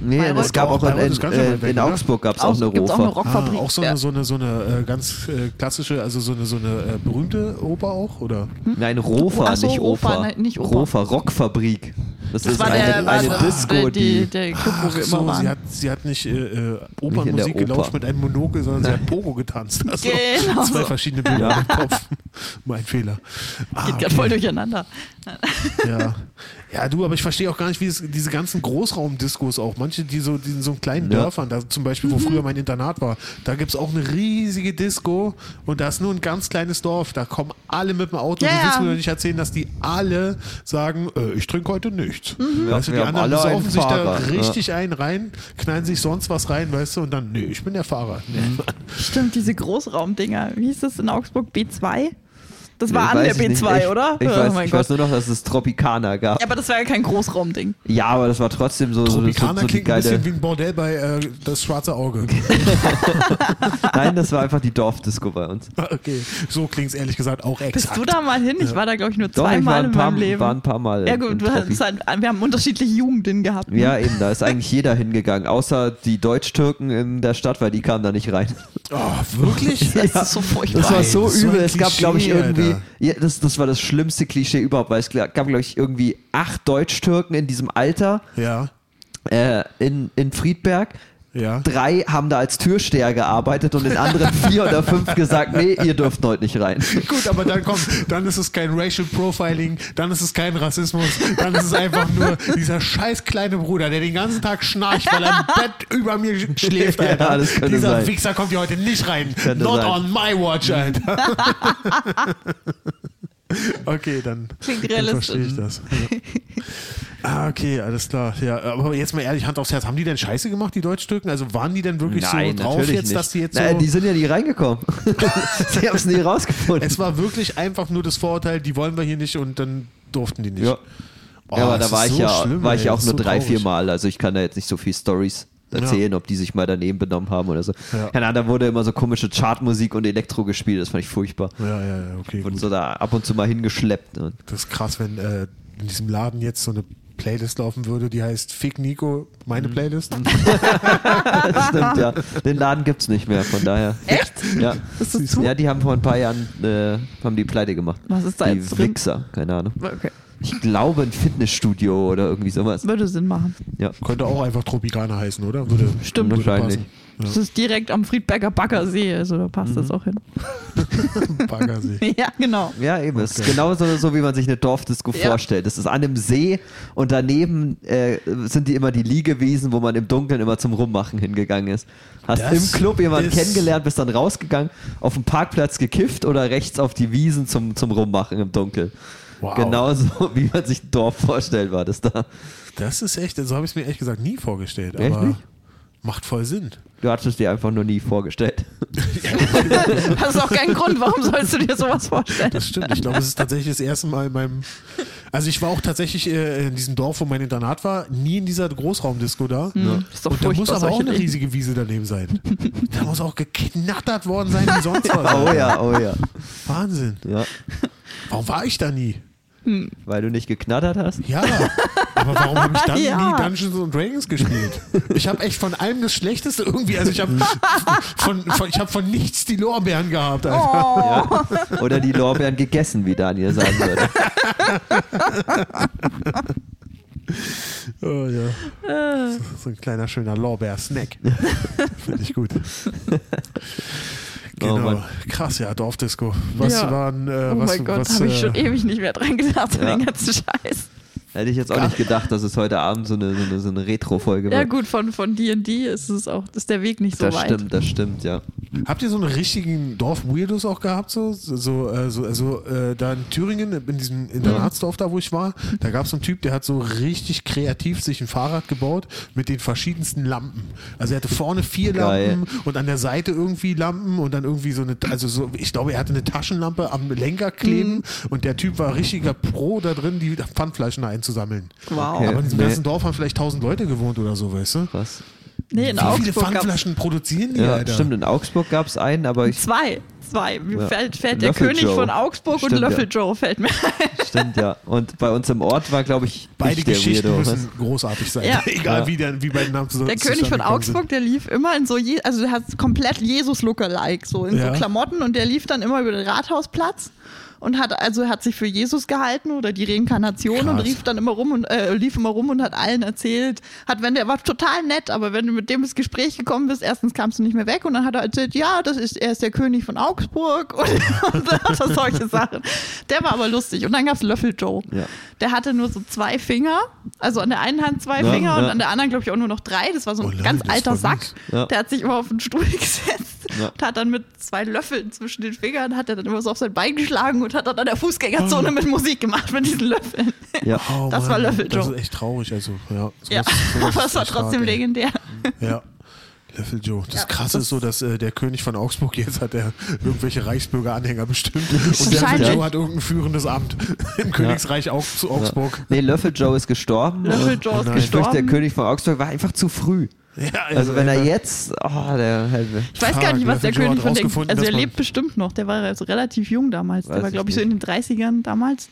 S1: Nee,
S3: Bayreuth
S1: es gab auch
S2: auch.
S1: in,
S2: Bayreuth ist
S1: in,
S2: ganz schön weit
S1: äh,
S2: weg,
S1: in
S2: oder?
S1: Augsburg gab es auch
S3: Auch-
S1: eine
S3: gibt's auch eine
S1: Rofa.
S2: ah,
S3: Rockfabrik.
S2: auch so eine,
S3: ja.
S2: so eine, so eine äh, ganz äh, klassische, also so eine, so eine äh, berühmte Oper auch, oder?
S1: Nein, Rofa,
S3: Ach so,
S1: nicht
S3: Rofa,
S1: Ofa.
S3: nein, nicht Opa.
S1: Rofa, Rockfabrik. Das,
S3: Das
S1: ist
S3: war
S1: eine,
S3: der, war
S1: eine
S3: der-
S1: Disco,
S3: der, die,
S1: die.
S3: der Club, wo wir immer
S2: so,
S3: waren.
S2: sie hat, sie hat nicht äh, äh,
S1: in der
S2: Opernmusik
S1: Oper.
S2: gelauscht mit einem Monokel, sondern sie hat Pogo getanzt. Also
S3: Genau
S2: zwei
S3: so.
S2: verschiedene Bilder
S1: Ja.
S2: im Kopf. Mein Fehler. Ah,
S3: Geht gerade voll durcheinander.
S2: Ja. ja, du, aber ich verstehe auch gar nicht, wie es, diese ganzen Großraumdiskos auch, manche, die so die in so einem kleinen
S1: Ja.
S2: Dörfern, da zum Beispiel,
S3: Mhm.
S2: wo früher mein Internat war, da gibt es auch eine riesige Disco und da ist nur ein ganz kleines Dorf, da kommen alle mit dem Auto.
S3: Ja,
S2: du willst
S3: ja.
S2: mir doch nicht erzählen, dass die alle sagen, äh, ich trinke heute nichts.
S3: Mhm.
S2: Weißt du,
S1: Ja,
S2: die
S1: wir haben
S2: anderen
S1: alle einen
S2: besaufen sich da
S1: Fahrer, ja.
S2: richtig einen rein, knallen sich sonst was rein, weißt du, und dann, nee, ich bin der Fahrer.
S1: Mhm.
S3: Stimmt, diese Großraumdinger. Wie hieß das in Augsburg? B2? Das war
S1: Ich
S3: an der
S1: weiß nicht,
S3: B2,
S1: ich,
S3: oder?
S1: Ich,
S3: oh
S1: weiß,
S3: mein
S1: ich
S3: Gott.
S1: weiß nur noch, dass es Tropicana gab.
S3: Ja, aber das war ja kein Großraumding.
S1: Ja, aber das war trotzdem so, so, so,
S2: Tropicana
S1: so die
S2: klingt ein bisschen wie
S1: geile.
S2: ein Bordell bei äh, das schwarze Auge.
S1: Nein, das war einfach die Dorfdisco bei uns.
S2: okay, so klingt es ehrlich gesagt auch exakt.
S3: Bist du da mal hin? Ich war da, glaube ich, nur
S1: Doch, ich war
S3: zweimal
S1: ein,
S3: in
S1: paar,
S3: meinem Leben.
S1: war ein paar Mal.
S3: ja,
S1: in- in
S3: gut, du hast
S1: Tropicana.
S3: halt, wir haben unterschiedliche Jugenden gehabt. ne?
S1: Ja, eben, da ist eigentlich jeder hingegangen, außer die Deutsch-Türken in der Stadt, weil die kamen da nicht rein.
S2: Oh, wirklich?
S3: Das ist so furchtbar.
S1: Das war so
S2: Nein, so ein
S1: übel. es gab,
S2: Klischee,
S1: glaube ich, irgendwie.
S2: Alter.
S1: Ja, das, das war das schlimmste Klischee überhaupt, weil es gla- gab, glaube ich, irgendwie acht Deutsch-Türken in diesem Alter
S2: Ja,
S1: äh, in, in Friedberg.
S2: ja.
S1: Drei haben da als Türsteher gearbeitet und den anderen vier oder fünf gesagt: Nee, ihr dürft heute nicht rein.
S2: Gut, aber dann kommt, dann ist es kein Racial Profiling, dann ist es kein Rassismus, dann ist es einfach nur dieser scheiß kleine Bruder, der den ganzen Tag schnarcht, weil er im Bett über mir sch- schläft,
S1: Ja,
S2: Alter.
S1: das könnte
S2: dieser
S1: sein.
S2: Wichser kommt hier heute nicht rein.
S1: Könnte
S2: Not
S1: sein.
S2: on my watch, Alter. okay, dann, dann
S3: Klingt realistisch.
S2: verstehe ich das. Ja. Ah, okay, alles klar. Ja, aber jetzt mal ehrlich, Hand aufs Herz, haben die denn Scheiße gemacht, die Deutschtürken? Also waren die denn wirklich so drauf jetzt, dass die jetzt so...
S1: Naja, die sind ja nie reingekommen. sie haben es nie rausgefunden.
S2: Es war wirklich einfach nur das Vorurteil, die wollen wir hier nicht und dann durften die nicht.
S1: ja.
S2: Oh,
S1: ja, aber
S2: das
S1: da war
S2: ist
S1: ich,
S2: so
S1: ja,
S2: schlimm,
S1: war
S2: ey,
S1: ich ja
S2: das
S1: auch
S2: ist
S1: nur
S2: so
S1: drei,
S2: traurig.
S1: vier Mal. Also ich kann da jetzt nicht so viel Stories erzählen, ob die sich mal daneben benommen haben oder so.
S2: Ja.
S1: Ja. Keine Ahnung, da wurde immer so komische Chartmusik und Elektro gespielt. Das fand ich furchtbar.
S2: Ja, ja, ja, okay.
S1: Wurde
S2: Gut.
S1: so da ab und zu mal hingeschleppt. ne? Und
S2: Das ist krass, wenn äh, in diesem Laden jetzt so eine Playlist laufen würde, die heißt Fick Nico, meine
S1: Mhm.
S2: Playlist.
S1: das stimmt, ja. Den Laden gibt's nicht mehr, von daher.
S3: Echt?
S1: Ja.
S3: Ist das zu?
S1: Ja, die haben vor ein paar Jahren äh, haben die pleite gemacht.
S3: Was ist da
S1: die
S3: jetzt drin?
S1: Wichser, keine Ahnung.
S3: Okay.
S1: Ich glaube ein Fitnessstudio oder irgendwie sowas.
S3: Würde Sinn machen.
S1: Ja.
S2: Könnte auch einfach Tropicana heißen, oder? Würde,
S3: Stimmt.
S2: würde
S1: Wahrscheinlich.
S3: Das ist direkt am Friedberger Baggersee, also da passt
S1: Mhm.
S3: das auch hin.
S2: passen. Baggersee.
S3: Ja, genau.
S1: Ja, eben. Es ist genauso so, wie man sich eine Dorfdisco
S3: Ja.
S1: vorstellt. Es ist an einem See und daneben äh, sind die immer die Liegewiesen, wo man im Dunkeln immer zum Rummachen hingegangen ist. Hast
S2: Das
S1: im Club jemanden
S2: ist-
S1: kennengelernt, bist dann rausgegangen, auf dem Parkplatz gekifft oder rechts auf die Wiesen zum, zum Rummachen im Dunkeln.
S2: Wow.
S1: Genauso, wie man sich ein Dorf vorstellt, war das da.
S2: Das ist echt, so habe ich es mir ehrlich gesagt nie vorgestellt.
S1: Echt
S2: aber
S1: nicht?
S2: macht voll Sinn.
S1: Du hattest es dir einfach nur nie vorgestellt.
S3: Das ist auch kein Grund, warum sollst du dir sowas vorstellen?
S2: Das stimmt. Ich glaube, es ist tatsächlich das erste Mal in meinem. Also ich war auch tatsächlich äh, in diesem Dorf, wo mein Internat war, nie in dieser Großraumdisco da.
S3: Hm,
S2: Ne?
S3: ist doch
S2: Und da muss
S3: furchtbar,
S2: aber auch
S3: solche
S2: eine
S3: Dinge.
S2: riesige Wiese daneben sein. Da muss auch geknattert worden sein wie sonst was.
S1: Oh ja, oh ja.
S2: Wahnsinn.
S1: ja.
S2: Warum war ich da nie?
S1: Weil du nicht geknattert hast?
S2: Ja. Aber warum habe ich dann
S3: Ja.
S2: nie Dungeons and Dragons gespielt? Ich habe echt von allem das Schlechteste irgendwie. Also ich habe von, von, ich hab von nichts die Lorbeeren gehabt. Alter.
S3: Oh.
S1: Ja. Oder die Lorbeeren gegessen, wie Daniel sagen würde.
S2: Oh ja.
S3: Ah.
S2: So, so ein kleiner schöner Lorbeer-Snack. Finde ich gut. Genau.
S1: Mann.
S2: Krass, ja, Dorfdisco. Was
S3: Ja.
S2: waren, äh,
S3: Oh
S2: was,
S3: mein Gott,
S2: was,
S3: habe ich schon
S2: äh,
S3: ewig nicht mehr dran gedacht, an
S1: Ja.
S3: den ganzen Scheiß.
S1: Hätte ich jetzt auch nicht gedacht, dass es heute Abend so eine, so eine, so eine Retro-Folge
S3: Ja
S1: wird.
S3: gut, von von D&D ist es auch, ist der Weg nicht so
S1: das
S3: weit.
S1: stimmt, das stimmt, ja.
S2: habt ihr so einen richtigen Dorf-Weirdos auch gehabt? So, so, äh, so also äh, da in Thüringen, in diesem Internatsdorf da, wo ich war, da gab es einen Typ, der hat so richtig kreativ sich ein Fahrrad gebaut mit den verschiedensten Lampen. Also er hatte vorne vier
S1: Geil.
S2: Lampen, und an der Seite irgendwie Lampen und dann irgendwie so eine, also so, ich glaube, er
S1: Mhm.
S2: hatte eine Taschenlampe am Lenker kleben und der Typ war richtiger Pro da drin, die Pfandflaschen ein, einzusammeln.
S3: Wow.
S1: Okay.
S2: Aber in diesem
S1: Nee.
S2: ganzen Dorf haben vielleicht 1000 Leute gewohnt oder so, weißt du?
S1: Krass.
S3: Nee, in
S2: Wie viele
S3: Augsburg gab
S2: Pfandflaschen produzieren die,
S1: Ja,
S2: Alter?
S1: stimmt, in Augsburg gab es einen, aber ich.
S3: Zwei. Zwei. Mir
S1: Ja.
S3: fällt, fällt der
S1: Löffel
S3: König
S1: Joe.
S3: von Augsburg
S1: Stimmt,
S3: und
S1: ja.
S3: Löffel Joe fällt mir
S1: Stimmt, ja. Und bei uns im Ort war, glaube ich,
S2: Beide
S1: ich der
S2: Geschichten
S1: Weirdo.
S2: müssen großartig sein.
S3: Ja.
S2: Egal,
S1: Ja.
S2: wie, der, wie beide Namen zusammen
S3: Der König von
S2: zustande gekommen sind.
S3: Augsburg, der lief immer in so, Je also der hat komplett Jesus-Lookalike, so in
S2: Ja.
S3: so Klamotten und der lief dann immer über den Rathausplatz und hat also hat sich für Jesus gehalten oder die Reinkarnation und
S2: Krass.
S3: rief dann immer rum und äh, lief immer rum und hat allen erzählt, hat wenn der war total nett, aber wenn du mit dem ins Gespräch gekommen bist, erstens kamst du nicht mehr weg und dann hat er erzählt, ja, das ist er ist der König von Augsburg und, und so solche Sachen. Der war aber lustig und dann gab's Löffel Joe.
S1: Ja.
S3: Der hatte nur so zwei Finger, also an der einen Hand zwei
S1: Ja,
S3: Finger und
S1: ja.
S3: an der anderen glaube ich auch nur noch drei. Das war so so ein
S2: Oh Leute,
S3: ganz
S2: das
S3: alter
S2: war
S3: Sack.
S2: mies.
S1: Ja.
S3: Der hat sich immer auf den Stuhl gesetzt
S1: Ja.
S3: und hat dann mit zwei Löffeln zwischen den Fingern, hat er dann immer so auf sein Bein geschlagen und hat dann an der Fußgängerzone mit Musik gemacht mit diesen Löffeln.
S1: Ja.
S2: Oh,
S3: Das war Löffel
S2: Das
S3: Joe.
S2: ist echt traurig. Also, ja, sowas-
S3: Ja,
S2: sowas
S3: aber
S2: ist
S3: es war
S2: echt
S3: trotzdem
S2: hart, ey.
S3: legendär.
S2: Ja. Löffel Joe. Das
S3: Ja,
S2: Krasse
S3: das-
S2: ist so, dass äh, der König von Augsburg jetzt hat er irgendwelche Reichsbürgeranhänger bestimmt und Löffel
S3: Wahrscheinlich.
S2: Joe hat irgendein führendes Amt im Königreich Augs Augsburg.
S1: Nee, Löffel Joe ist gestorben.
S3: Löffel
S1: Und
S3: Joe
S2: nein.
S3: ist
S1: Ich fürchte, der
S3: gestorben.
S1: König von Augsburg war einfach zu früh.
S2: Ja,
S1: Also wenn er
S2: äh,
S1: jetzt, oh, der hätte,
S3: Ich weiß gar nicht, was der
S2: Löffel Joe
S3: König
S2: hat
S3: von der.
S2: rausgefunden,
S3: Also er
S2: dass man-
S3: lebt bestimmt noch. Der war also relativ jung damals.
S1: Weiß
S3: der war,
S1: ich
S3: glaube ich, so in
S1: nicht. Hm.
S3: den 30ern damals.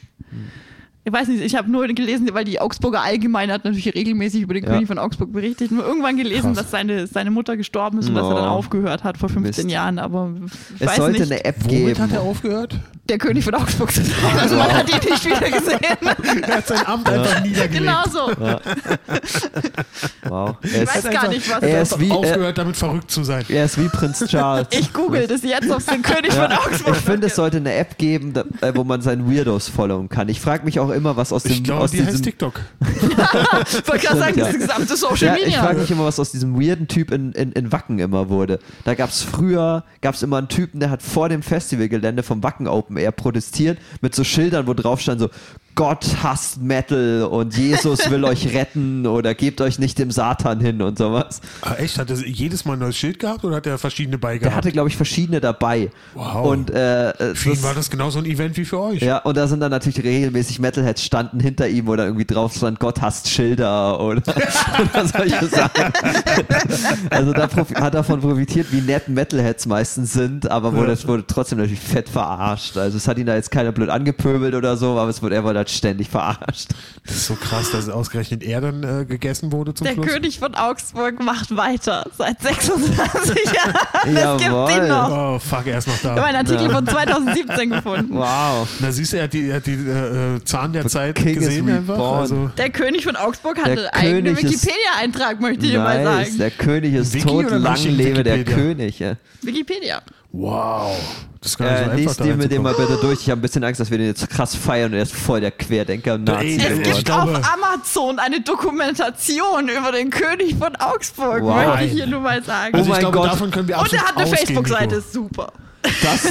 S3: Ich weiß nicht, ich habe nur gelesen, weil die Augsburger Allgemeine hat natürlich regelmäßig über den
S1: Ja.
S3: König von Augsburg berichtet. Nur irgendwann gelesen,
S2: Krass.
S3: dass seine, seine Mutter gestorben ist und dass
S1: Oh.
S3: er dann aufgehört hat vor 15
S1: Mist.
S3: Jahren. Aber ich
S1: es
S3: weiß
S1: sollte ne-
S3: nicht,
S1: eine App
S2: Womit
S1: geben.
S2: hat er aufgehört?
S3: der König von Augsburg zu sein. Also man hat ihn nicht wieder gesehen.
S2: Er hat sein Amt einfach niedergelegt.
S3: genau so.
S1: Wow. Er
S3: Ich weiß
S1: ist,
S3: gar nicht, was
S1: er
S2: Er
S1: ist
S2: hat
S1: wie, äh, er,
S2: aufgehört, damit verrückt zu sein.
S1: er ist wie Prinz Charles.
S3: Ich google das jetzt auf den König von Augsburg.
S1: Ich finde, es sollte eine App geben, da, äh, wo man seinen Weirdos followen kann. Ich frage mich auch immer, was aus dem
S2: Ich glaube,
S1: aus
S2: die heißt
S1: diesem,
S2: TikTok.
S3: Ich wollte gerade sagen,
S1: Ja.
S3: das gesamte Social
S1: ja, ich
S3: Media.
S1: frage mich immer, was aus diesem weirden Typ in, in, in Wacken immer wurde. Da gab es früher, gab es immer einen Typen, der hat vor dem Festivalgelände vom Wacken Open Air protestiert mit so Schildern, wo drauf stand so, Gott hasst Metal und Jesus will euch retten oder gebt euch nicht dem Satan hin und sowas.
S2: Ah, echt? Hat er jedes Mal ein neues Schild gehabt oder hat er verschiedene bei
S1: Der
S2: gehabt?
S1: hatte, glaube ich, verschiedene dabei.
S2: Wow.
S1: Und, äh, äh,
S2: Für ihn
S1: das-
S2: war das genauso ein Event wie für euch.
S1: Ja, und da sind dann natürlich regelmäßig Metalheads standen hinter ihm, wo dann irgendwie drauf stand, Gott hasst Schilder oder, oder solche Sachen. Also da profi- hat davon profitiert, wie nett Metalheads meistens sind, aber wurde, es wurde trotzdem natürlich fett verarscht. Also es hat ihn da jetzt keiner blöd angepöbelt oder so, aber es wurde, er wurde halt ständig verarscht.
S2: Das ist so krass, dass ausgerechnet er dann äh, gegessen wurde zum
S3: Der
S2: Schluss.
S3: König von Augsburg macht weiter seit 26 Jahren. Es gibt
S1: Jawohl.
S3: ihn noch.
S2: Oh, fuck, er ist noch
S3: Ich habe
S2: da.
S3: einen Artikel
S1: Ja.
S3: von 2017 gefunden.
S1: Wow.
S2: Na siehst du, er hat die, er hat die äh, äh, Zahn der Zeit
S1: King is
S2: gesehen einfach.
S1: reborn.
S2: Also,
S3: Der König von Augsburg hat
S1: Der
S3: einen eigenen
S1: König ist-
S3: Wikipedia-Eintrag, möchte ich dir mal
S1: Nice.
S3: sagen.
S1: Der König ist
S2: Wiki
S1: tot,
S2: oder
S1: lang
S2: Wiki-
S1: lebe der
S2: Wikipedia?
S1: König. Ja.
S3: Wikipedia.
S2: wow. Das kann
S1: Äh,
S2: nicht
S1: lies
S2: so also einfach
S1: den mit dem
S2: da
S1: mal bitte durch. Ich habe ein bisschen Angst, dass wir den jetzt krass feiern und er ist voll der Querdenker-Nazi.
S2: Ey,
S3: Es
S2: ich
S1: geworden.
S3: gibt
S2: glaube-
S3: auf Amazon eine Dokumentation über den König von Augsburg,
S1: Wow.
S3: möchte ich hier nur mal sagen.
S2: Also
S1: Oh
S2: ich
S1: mein
S2: glaube,
S1: Gott.
S2: davon können wir
S3: Und
S2: absolut
S3: er hat eine
S2: ausgehen,
S3: Facebook-Seite,
S2: Nico.
S3: ist super.
S1: Das,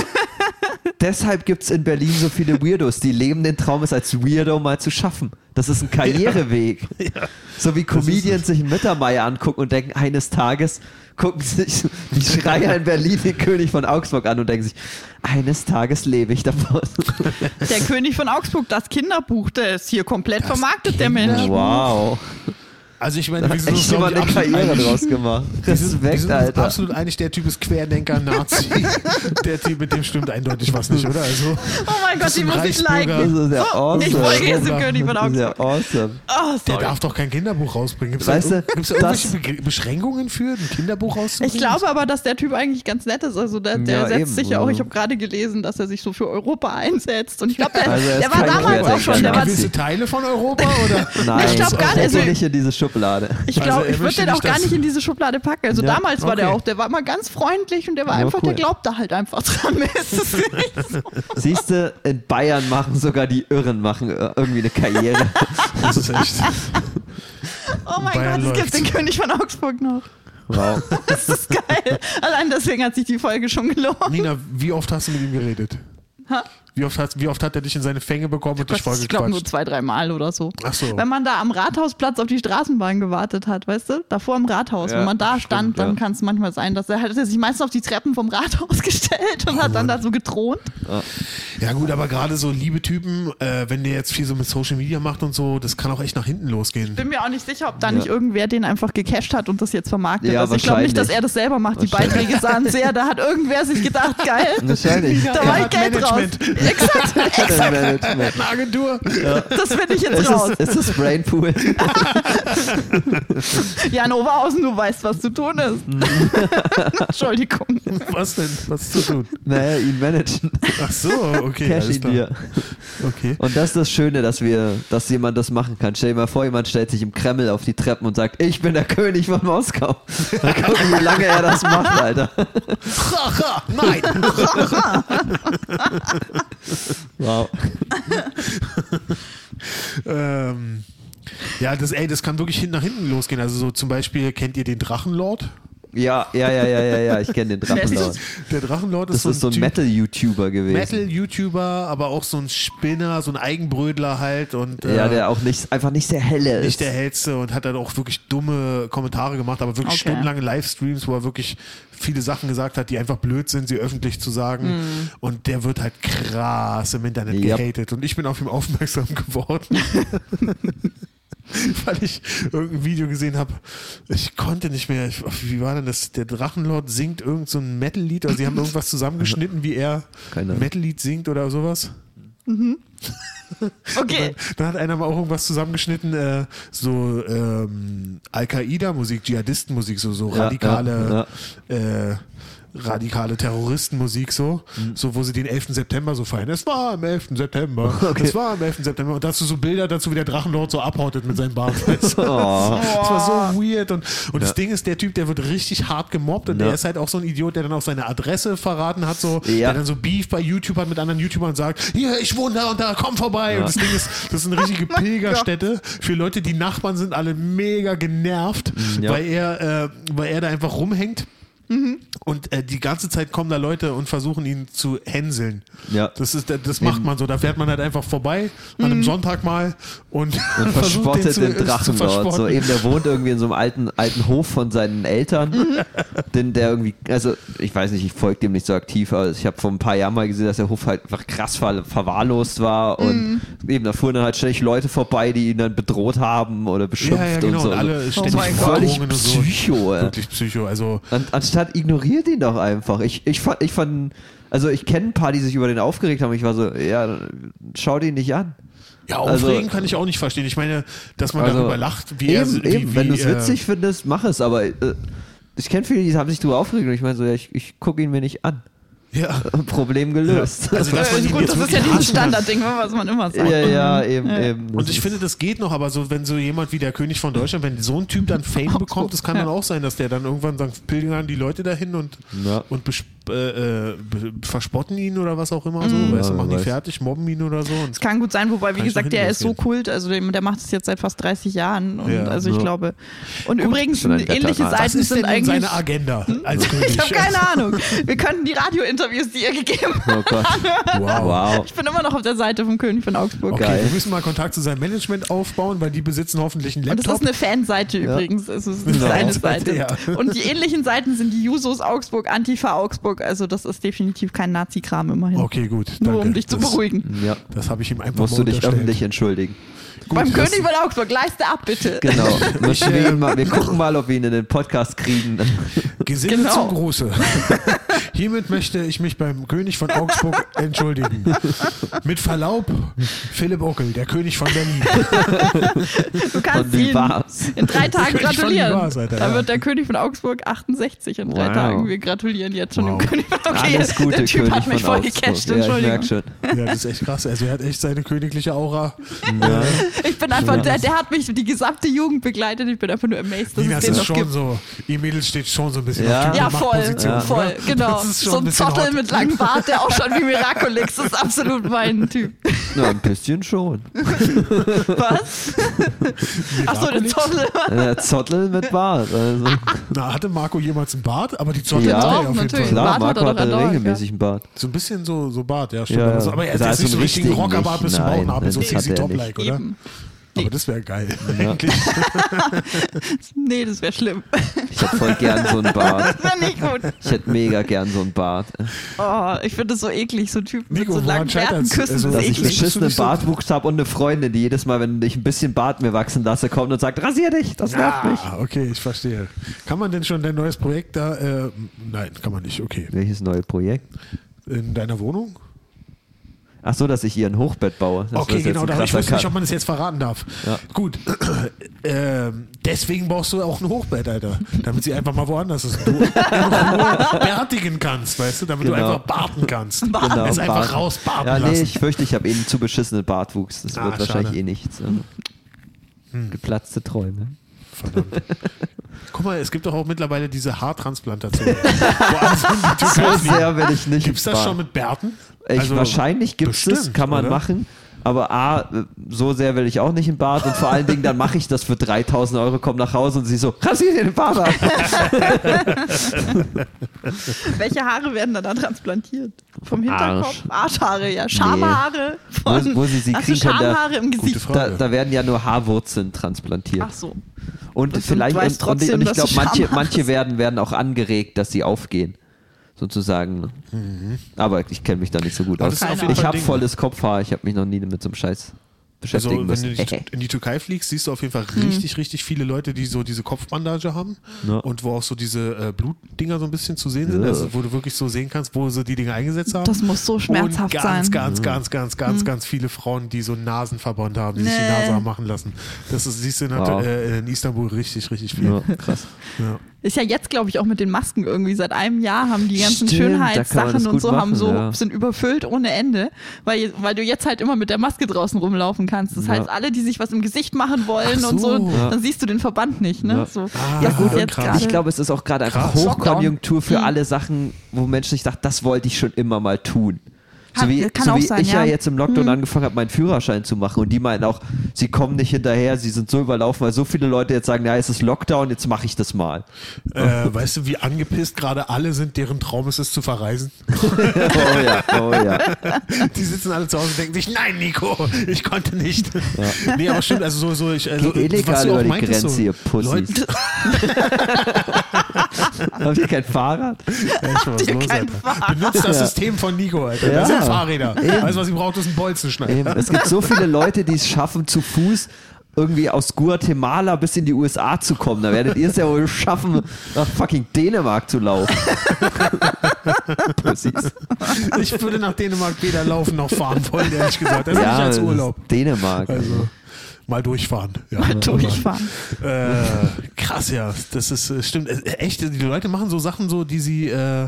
S1: deshalb gibt es in Berlin so viele Weirdos, die leben den Traum, es als Weirdo mal zu schaffen. Das ist ein Karriereweg. So wie Comedians sich einen Mittermeier angucken und denken, eines Tages gucken sich die Schreier in Berlin den König von Augsburg an und denken sich, eines Tages lebe ich davon.
S3: Der König von Augsburg, das Kinderbuch, der ist hier komplett
S2: Das
S3: vermarktet, der Mensch.
S2: Kinderbuch.
S1: Wow.
S2: Also ich meine,
S1: Da
S2: wir
S1: hat
S2: sind uns,
S1: echt
S2: glaub ich,
S1: jemand eine
S2: absolut
S1: Karriere
S2: einig.
S1: draus gemacht.
S2: Wir sind, wir
S1: Respekt,
S2: sind uns
S1: Alter.
S2: absolut einig, der Typ ist Querdenker, Nazi. der Typ, mit dem stimmt eindeutig was nicht, oder? Also,
S3: Oh mein Gott,
S2: Das
S3: die
S2: ist ein
S3: muss ich
S2: Reichsbürger.
S3: liken.
S1: Das ist ja awesome.
S3: Oh, Ich folge jetzt dem
S2: Wunderbar.
S3: König von
S1: Das ist ja
S3: Augsburg.
S1: awesome.
S3: Oh,
S2: der
S3: sorry.
S2: darf doch kein Kinderbuch rausbringen. Gibt es da,
S1: Weißt du,
S2: irg- gibt's da
S1: das-
S2: irgendwelche Begr- Beschränkungen für, ein Kinderbuch rauszubringen?
S3: Ich glaube aber, dass der Typ eigentlich ganz nett ist. Also der, der
S1: Ja,
S3: setzt
S1: eben,
S3: sich ja auch,
S1: also-
S3: ich habe gerade gelesen, dass er sich so für Europa einsetzt. Und ich glaube, der,
S1: Also er ist
S3: der war
S1: kein Also
S3: damals auch
S1: Querdenker,
S3: schon. Der war,
S1: Nazi.
S2: gewisse Teile von Europa, oder?
S1: Nein,
S3: Ich glaub gar
S1: setz
S3: nicht,
S1: ihn
S3: also-
S1: nicht in diese Schublade.
S3: ich glaube,
S2: Also er
S3: ich würde
S2: möchte
S3: den auch
S2: nicht,
S3: gar
S2: dass-
S3: nicht in diese Schublade packen. Also
S1: Ja,
S3: damals war der
S2: okay.
S3: auch, der war immer ganz freundlich und der war
S1: Ja,
S3: einfach,
S1: cool.
S3: der glaubt da halt einfach dran. Es ist nicht so.
S1: Siehst du, in Bayern machen sogar die Irren machen äh, irgendwie eine Karriere.
S2: Das ist echt.
S3: Oh mein
S2: Bayern
S3: Gott, es
S2: läuft's.
S3: gibt den König von Augsburg noch.
S1: wow.
S3: Das ist geil. Allein deswegen hat sich die Folge schon gelohnt.
S2: Nina, wie oft hast du mit ihm geredet?
S3: Ha? Oh
S2: Wie oft, hat, wie oft hat er dich in seine Fänge bekommen und dich
S3: Gott, ich glaube nur
S2: vollgequatscht?
S3: zwei, dreimal oder so.
S2: Ach so.
S3: Wenn man da am Rathausplatz auf die Straßenbahn gewartet hat, weißt du? Davor im Rathaus.
S1: Ja,
S3: Wenn man da
S1: stimmt,
S3: stand, dann
S1: ja.
S3: kann es manchmal sein, dass er, hat er sich meistens auf die Treppen vom Rathaus gestellt
S2: Oh
S3: und hat dann da so gedroht.
S2: Ja gut, aber gerade so liebe Typen, äh, wenn der jetzt viel so mit Social Media macht und so, das kann auch echt nach hinten losgehen.
S3: Bin mir auch nicht sicher, ob da nicht irgendwer den einfach gecached hat und das jetzt vermarktet.
S1: Ja,
S3: also ich glaube nicht, dass
S1: wahrscheinlich.
S3: er das selber macht. Die
S1: Wahrscheinlich.
S3: Beiträge sahen sehr, da hat irgendwer sich gedacht, geil,
S1: Wahrscheinlich.
S3: da war
S2: Er
S3: ich
S2: hat
S3: Geld raus.
S2: Management.
S3: Exakt, exakt,
S1: Management.
S2: Eine Agentur.
S3: das finde ich jetzt
S1: Es
S3: raus.
S1: ist, es ist Brainpool.
S3: Jan Oberhausen, du weißt, was zu tun
S1: Mhm.
S3: ist. Entschuldigung.
S2: Was denn? Was zu tun?
S1: Naja, ihn managen.
S2: Ach so, okay.
S1: Cash
S2: alles
S1: ihn
S2: klar.
S1: dir.
S2: Okay.
S1: Und das ist das Schöne, dass wir, dass jemand das machen kann. Stell dir mal vor, jemand stellt sich im Kreml auf die Treppen und sagt, ich bin der König von Moskau. Mal gucken, wie lange er das macht, Alter.
S2: Haha, nein.
S1: Wow.
S2: ähm, ja, das, ey, das kann wirklich hin nach hinten losgehen. Also so zum Beispiel, kennt ihr den Drachenlord?
S1: Ja, ja, ja, ja, ja, ja. Ich kenne den Drachenlord.
S2: Der Drachenlord
S1: Das
S2: ist
S1: ist so ein
S2: Typ-
S1: Metal-YouTuber gewesen.
S2: Metal-YouTuber, aber auch so ein Spinner, so ein Eigenbrödler halt und
S1: Ja,
S2: äh,
S1: der auch nicht, einfach nicht sehr helle ist.
S2: nicht der hellste und hat dann auch wirklich dumme Kommentare gemacht, aber wirklich
S3: Okay.
S2: stundenlange Livestreams, wo er wirklich viele Sachen gesagt hat, die einfach blöd sind, sie öffentlich zu sagen. Und der wird halt krass im Internet
S1: Hm. Yep.
S2: gehatet. Und ich bin auf ihn aufmerksam geworden. Weil ich irgendein Video gesehen habe, ich konnte nicht mehr. Ich, wie war denn das? Der Drachenlord singt irgendein so ein Metal-Lied oder sie haben irgendwas zusammengeschnitten, wie er
S1: Keine
S2: ein
S1: Ahnung.
S2: Metal-Lied singt oder sowas.
S3: Okay.
S1: Genau.
S2: Dann hat einer mal auch irgendwas zusammengeschnitten, äh, so ähm, Al-Qaida-Musik, Dschihadistenmusik, so, so
S1: Ja,
S2: radikale, Äh, radikale Terroristenmusik, so,
S1: Mhm.
S2: so, wo sie den 11. September so feiern. Es war am 11. September,
S1: Okay.
S2: es war am 11. September. Und dazu so Bilder dazu, wie der Drachenlord so abhautet mit seinem Bart. Weißt du?
S1: Oh.
S2: Das war so weird. Und, und das Ding ist, der Typ, der wird richtig hart gemobbt und
S1: Ja.
S2: der ist halt auch so ein Idiot, der dann auch seine Adresse verraten hat, so,
S1: Ja.
S2: der dann so Beef bei YouTubern mit anderen YouTubern sagt, hier, ich wohne da und da, komm vorbei. Und das Ding ist, das ist eine richtige Pilgerstätte für Leute, die Nachbarn sind alle mega genervt,
S1: Mhm, ja.
S2: weil, er, äh, weil er da einfach rumhängt. Und äh, die ganze Zeit kommen da Leute und versuchen ihn zu hänseln.
S1: Ja.
S2: Das, ist, das macht man so. Da fährt man halt einfach vorbei an einem Sonntag mal
S1: Und
S2: und, versucht,
S1: verspottet
S2: zu-
S1: den
S2: zu
S1: Drachenlord. So
S2: verspotten.
S1: eben, der wohnt irgendwie in so einem alten, alten Hof von seinen Eltern. denn der irgendwie, also ich weiß nicht, ich folge dem nicht so aktiv, aber ich habe vor ein paar Jahren mal gesehen, dass der Hof halt einfach krass ver verwahrlost war und
S2: Mhm.
S1: eben, da fuhren dann halt ständig Leute vorbei, die ihn dann bedroht haben oder beschimpft
S2: Ja, ja, genau.
S1: und so.
S2: Und alle
S1: Also
S2: ständig
S3: mein Gott.
S1: völlig
S2: Verwarnungen und so.
S1: Psycho, ey.
S2: Wirklich Psycho. Also,
S1: An, anstatt ignoriert ihn doch einfach. Ich, ich fand, ich fand, also ich kenne ein paar, die sich über den aufgeregt haben. Ich war so, ja, schau den nicht an.
S2: ja,
S1: Also-
S2: aufregen kann ich auch nicht verstehen. Ich meine, dass man
S1: Also,
S2: darüber lacht, wie
S1: eben,
S2: er. so- Wie,
S1: eben.
S2: wie,
S1: wenn du es
S2: äh,
S1: witzig findest, mach es, aber äh, ich kenne viele, die haben sich drüber aufgeregt und ich meine so, ja, ich, ich gucke ihn mir nicht an.
S2: Ja.
S1: Problem gelöst.
S2: Also dass man ihn
S3: Gut,
S2: jetzt
S3: das Äh, ist
S2: wirklich
S3: ja dieses
S2: hassen kann.
S3: Standardding, ne, was man immer
S1: Ja,
S3: sagt. Mhm.
S1: ja, eben, eben. Das
S2: Und ich
S1: ist-
S2: finde, das geht noch, aber so, wenn so jemand wie der König von Deutschland, wenn so ein Typ dann Fame bekommt, das kann dann auch sein, dass der dann irgendwann sagt, pilgern die Leute dahin und,
S1: Ja.
S2: und besp- äh, äh, be- verspotten ihn oder was auch immer so, weißt du,
S1: Ja,
S2: machen die
S1: weiß.
S2: fertig, mobben ihn oder so. Und
S3: Es kann gut sein, wobei, wie
S2: Kann ich
S3: gesagt,
S2: noch hinten
S3: der ist so
S2: losgehen.
S3: kult, also dem- der macht es jetzt seit fast 30 Jahren. Und
S2: Ja,
S3: also ich
S1: ja.
S3: glaube. Und übrigens,
S1: schon ein netter
S3: ähnliche
S1: Rat.
S2: was
S3: Seiten
S2: ist denn
S3: sind
S2: nun
S3: eigentlich.
S2: seine Agenda als König?
S3: Ich habe keine Ahnung. Wir könnten die Radiointerviews, die ihr gegeben habt.
S1: oh Gott.
S2: Wow.
S1: Wow.
S3: Ich bin immer noch auf der Seite vom König von Augsburg.
S2: Okay,
S1: Geil.
S2: wir müssen mal Kontakt zu seinem Management aufbauen, weil die besitzen hoffentlich einen
S3: Und es
S2: Laptop.
S3: ist eine Fanseite übrigens. Es ist nicht
S1: Genau.
S3: seine Seite.
S2: Ja.
S3: Und die ähnlichen Seiten sind die Jusos Augsburg, Antifa Augsburg. Also das ist definitiv kein Nazi-Kram immerhin.
S2: Okay, gut.
S3: Nur
S2: danke.
S3: um dich zu
S2: das,
S3: beruhigen.
S1: Ja.
S2: Das habe ich ihm einfach
S1: Musst
S2: mal
S1: du dich
S2: unterstellt.
S1: öffentlich entschuldigen.
S2: Gut, das-
S3: Beim König von Augsburg, leiste ab bitte.
S1: Genau. Müssen
S2: äh,
S1: wir, ihn mal, wir gucken mal, ob wir ihn in den Podcast kriegen.
S2: Gesinde
S3: Genau.
S2: zum Gruße. Hiermit möchte ich mich beim König von Augsburg entschuldigen. Mit Verlaub, Philipp Ockel, der König von Berlin.
S3: Du
S1: Und
S3: kannst
S1: wie
S3: ihn
S1: war's?
S3: in drei Tagen
S2: König von
S3: gratulieren.
S2: Lübars, Alter,
S3: da
S2: ja.
S3: wird der König von Augsburg 68 in drei
S1: Wow.
S3: Tagen. Wir gratulieren jetzt schon
S2: Wow.
S3: dem König von Augsburg.
S1: Alles Gute,
S3: der Typ
S1: König
S3: hat mich
S1: von
S3: voll
S1: Augsburg.
S3: gecasht,
S1: ja, ich merk
S3: Entschuldigung.
S1: schon.
S2: Ja, das ist echt krass. Also er hat echt seine königliche Aura. Äh,
S3: ich bin einfach, der, der hat mich die gesamte Jugend begleitet. Ich bin einfach nur amazed, dass
S2: Nina, das
S3: es den
S2: ist
S3: noch
S2: schon
S3: gibt.
S2: so. Ihr Mädels steht schon so ein bisschen
S1: Ja.
S2: auf
S3: Ja,
S2: typische
S3: voll,
S2: Machtposition,
S3: voll,
S2: oder?
S3: genau. genau.
S2: Das ist schon ein
S3: so ein
S2: bisschen
S3: Zottel
S2: hot.
S3: mit langem Bart, der auch schon wie Miraculix ist, absolut mein Typ.
S1: Na, ein bisschen schon.
S3: Was? Achso, der
S2: Miraculix?
S3: Zottel.
S1: Äh, Zottel mit Bart. Also,
S2: Na, hatte Marco jemals einen Bart? Aber die Zottel
S1: Ja.
S2: hat er
S3: Doch,
S2: auf jeden
S3: natürlich.
S2: Fall.
S1: klar,
S3: Bart hat
S1: Marco
S3: er
S1: hat
S3: doch
S1: einen
S3: andauernd,
S1: regelmäßigen Bart.
S2: So ein bisschen so, so Bart, ja, stimmt.
S1: Ja, ja.
S2: Also, aber er hat
S1: Also
S2: jetzt
S1: so
S2: nicht so
S1: einen
S2: einen richtigen
S1: richtigen
S2: Rockerbart bis
S1: nicht.
S2: zum
S1: Nein,
S2: Bauchnabel, so
S1: das hat
S2: sexy
S1: er
S2: Top-like, oder?
S3: Eben.
S2: Aber das wäre geil.
S1: Ja.
S3: Nee, das wäre schlimm.
S1: Ich hätte voll gern so einen Bart.
S3: Das wäre nicht gut.
S1: Ich hätte mega gern so einen Bart.
S3: Oh, ich finde das so eklig, so Typen
S2: Nico,
S3: mit so
S2: woran
S3: langen Bärten
S2: scheitert's?
S3: küssen.
S2: Also,
S3: das
S1: Dass
S3: ist
S1: ich einen
S2: Eklig.
S3: eklig.
S1: beschissenen
S2: Bist du nicht so-
S1: Bartwuchs habe und eine Freundin, die jedes Mal, wenn ich ein bisschen Bart mir wachsen lasse, kommt und sagt, rasier dich, das nervt mich.
S2: Ah, okay, ich verstehe. Kann man denn schon dein neues Projekt da? Äh, nein, kann man nicht. Okay.
S1: Welches neue Projekt?
S2: In deiner Wohnung?
S1: Ach so, dass ich hier ein Hochbett baue. Das
S2: okay,
S1: ist jetzt
S2: genau.
S1: ein
S2: Da, ich
S1: krasser
S2: weiß nicht,
S1: Cut.
S2: ob man das jetzt verraten darf.
S1: Ja.
S2: Gut. Ähm, deswegen brauchst du auch ein Hochbett, Alter. Damit sie einfach mal woanders ist. Du in Ruhe bärtigen kannst, weißt du? Damit du
S1: Genau.
S2: einfach barten kannst.
S1: Genau,
S2: es einfach
S1: Bart.
S2: raus barten
S1: Ja, nee,
S2: lassen.
S1: ich fürchte, ich habe eben zu beschissenen Bartwuchs. Das
S2: Ah,
S1: wird wahrscheinlich
S2: schade. Hm.
S1: eh nichts. Also, Geplatzte Träume.
S2: Verdammt. Guck mal, es gibt doch auch mittlerweile diese Haartransplantation. Wo alles in die Türkei
S1: So
S2: fliegen.
S1: sehr werde ich nicht.
S2: Gibt's das
S1: war.
S2: schon mit Bärten?
S1: Äh, Ich,
S2: Also,
S1: wahrscheinlich gibt es das,
S2: bestimmt,
S1: kann man
S2: oder?
S1: machen. Aber A, äh, so sehr will ich auch nicht im Bad und vor allen Dingen, dann mache ich das für 3000 Euro, komm nach Hause und sie so, rasier dir den Bart ab.
S3: Welche Haare werden da dann transplantiert? Vom Hinterkopf? Arschhaare, ja. Schamhaare.
S1: Wo-
S3: Von,
S1: wo sie sie
S3: also
S1: kriegen können, da-
S3: Schamhaare im Gesicht.
S2: Frage.
S1: Da, da werden ja nur Haarwurzeln transplantiert.
S3: Ach so.
S1: und
S3: das-
S1: vielleicht,
S3: du
S1: und,
S3: weißt
S1: und, und,
S3: trotzdem,
S1: ich
S3: dass du
S1: glaube, manche,
S3: Schamhaare
S1: manche
S3: hast.
S1: werden, werden auch angeregt, dass sie aufgehen. Sozusagen. Aber ich kenne mich da nicht so gut
S2: Mhm. Aber
S1: aus.
S2: das ist auf
S3: Keine
S2: jeden
S1: Ich
S2: Fall
S1: habe
S2: Ding. ne?
S1: volles Kopfhaar, ich habe mich noch nie mit so einem Scheiß
S2: Also,
S1: beschäftigen
S2: wenn
S1: müssen.
S2: du die- in die Türkei fliegst, siehst du auf jeden Fall
S3: Hm.
S2: richtig, richtig viele Leute, die so diese Kopfbandage haben
S1: Ja.
S2: und wo auch so diese äh, Blutdinger so ein bisschen zu sehen sind,
S1: Ja.
S2: also wo du wirklich so sehen kannst, wo sie die Dinger eingesetzt haben.
S3: Das muss so schmerzhaft
S2: und ganz,
S3: sein. Hm.
S2: Ganz, ganz, ganz, ganz, ganz, ganz viele Frauen, die so Nasenverband haben, die sich die
S3: Nee.
S2: Nase haben machen lassen. Das ist, siehst du in, der-
S1: Wow.
S2: äh, in Istanbul richtig, richtig viel.
S1: ja, krass.
S2: Ja.
S3: Ist ja jetzt, glaube ich, auch mit den Masken irgendwie. Seit einem Jahr haben die ganzen
S1: Stimmt, da kann man das
S3: Schönheitssachen und
S1: gut
S3: so haben
S1: machen,
S3: so,
S1: ja.
S3: sind überfüllt ohne Ende, weil, weil du jetzt halt immer mit der Maske draußen rumlaufen kannst. Das
S1: Ja.
S3: heißt, alle, die sich was im Gesicht machen wollen
S2: Ach
S3: und so,
S2: so. Ja.
S3: dann siehst du den Verband nicht. Ne?
S1: Ja.
S3: So,
S2: Ah,
S3: das ist
S2: gut,
S3: jetzt
S2: krass.
S3: gerade-
S1: Ich glaube, es ist auch gerade einfach
S2: Krass.
S1: Hochkonjunktur für
S3: Mhm.
S1: alle Sachen, wo Menschen sich sagen, das wollte ich schon immer mal tun. So
S3: Hat-
S1: wie,
S3: kann
S1: so
S3: auch
S1: wie
S3: sein,
S1: ich
S3: ja. Mhm.
S1: ja jetzt im Lockdown angefangen habe, meinen Führerschein zu machen und die meinten auch, sie kommen nicht hinterher, sie sind so überlaufen, weil so viele Leute jetzt sagen, ja, es ist Lockdown, jetzt mache ich das mal.
S2: Äh, weißt du, wie angepisst gerade alle sind, deren Traum es ist, zu verreisen?
S1: oh ja, oh ja.
S2: Die sitzen alle zu Hause und denken sich, nein, Nico, ich konnte nicht. Nee, aber stimmt, also so, so ich, also,
S1: Geht illegal
S2: was du
S1: über
S2: auch
S1: die
S2: meintest,
S1: Grenze,
S2: so,
S1: ihr Pussys.
S2: Leute,
S1: Habt ihr kein Fahrrad?
S2: ey, schon was
S3: ihr
S2: los,
S3: kein
S2: Alter. Benutzt das System von Nico, Alter. Das
S1: Ja.
S2: sind Fahrräder. Alles, was sie braucht, ist ein Bolzenschneider.
S1: Eben. Es gibt so viele Leute, die es schaffen, zu Fuß irgendwie aus Guatemala bis in die USA zu kommen. Da werdet ihr es ja wohl schaffen, nach fucking Dänemark zu laufen. Pussys.
S2: Ich würde nach Dänemark weder laufen noch fahren wollen, ehrlich gesagt. Das ist nicht als
S1: das ist
S2: Urlaub.
S1: Dänemark.
S2: Also, mal durchfahren. Ja.
S3: durchfahren.
S2: Äh, krass, ja. Das ist äh, stimmt. Äh, Echt, die Leute machen so Sachen so, die sie äh,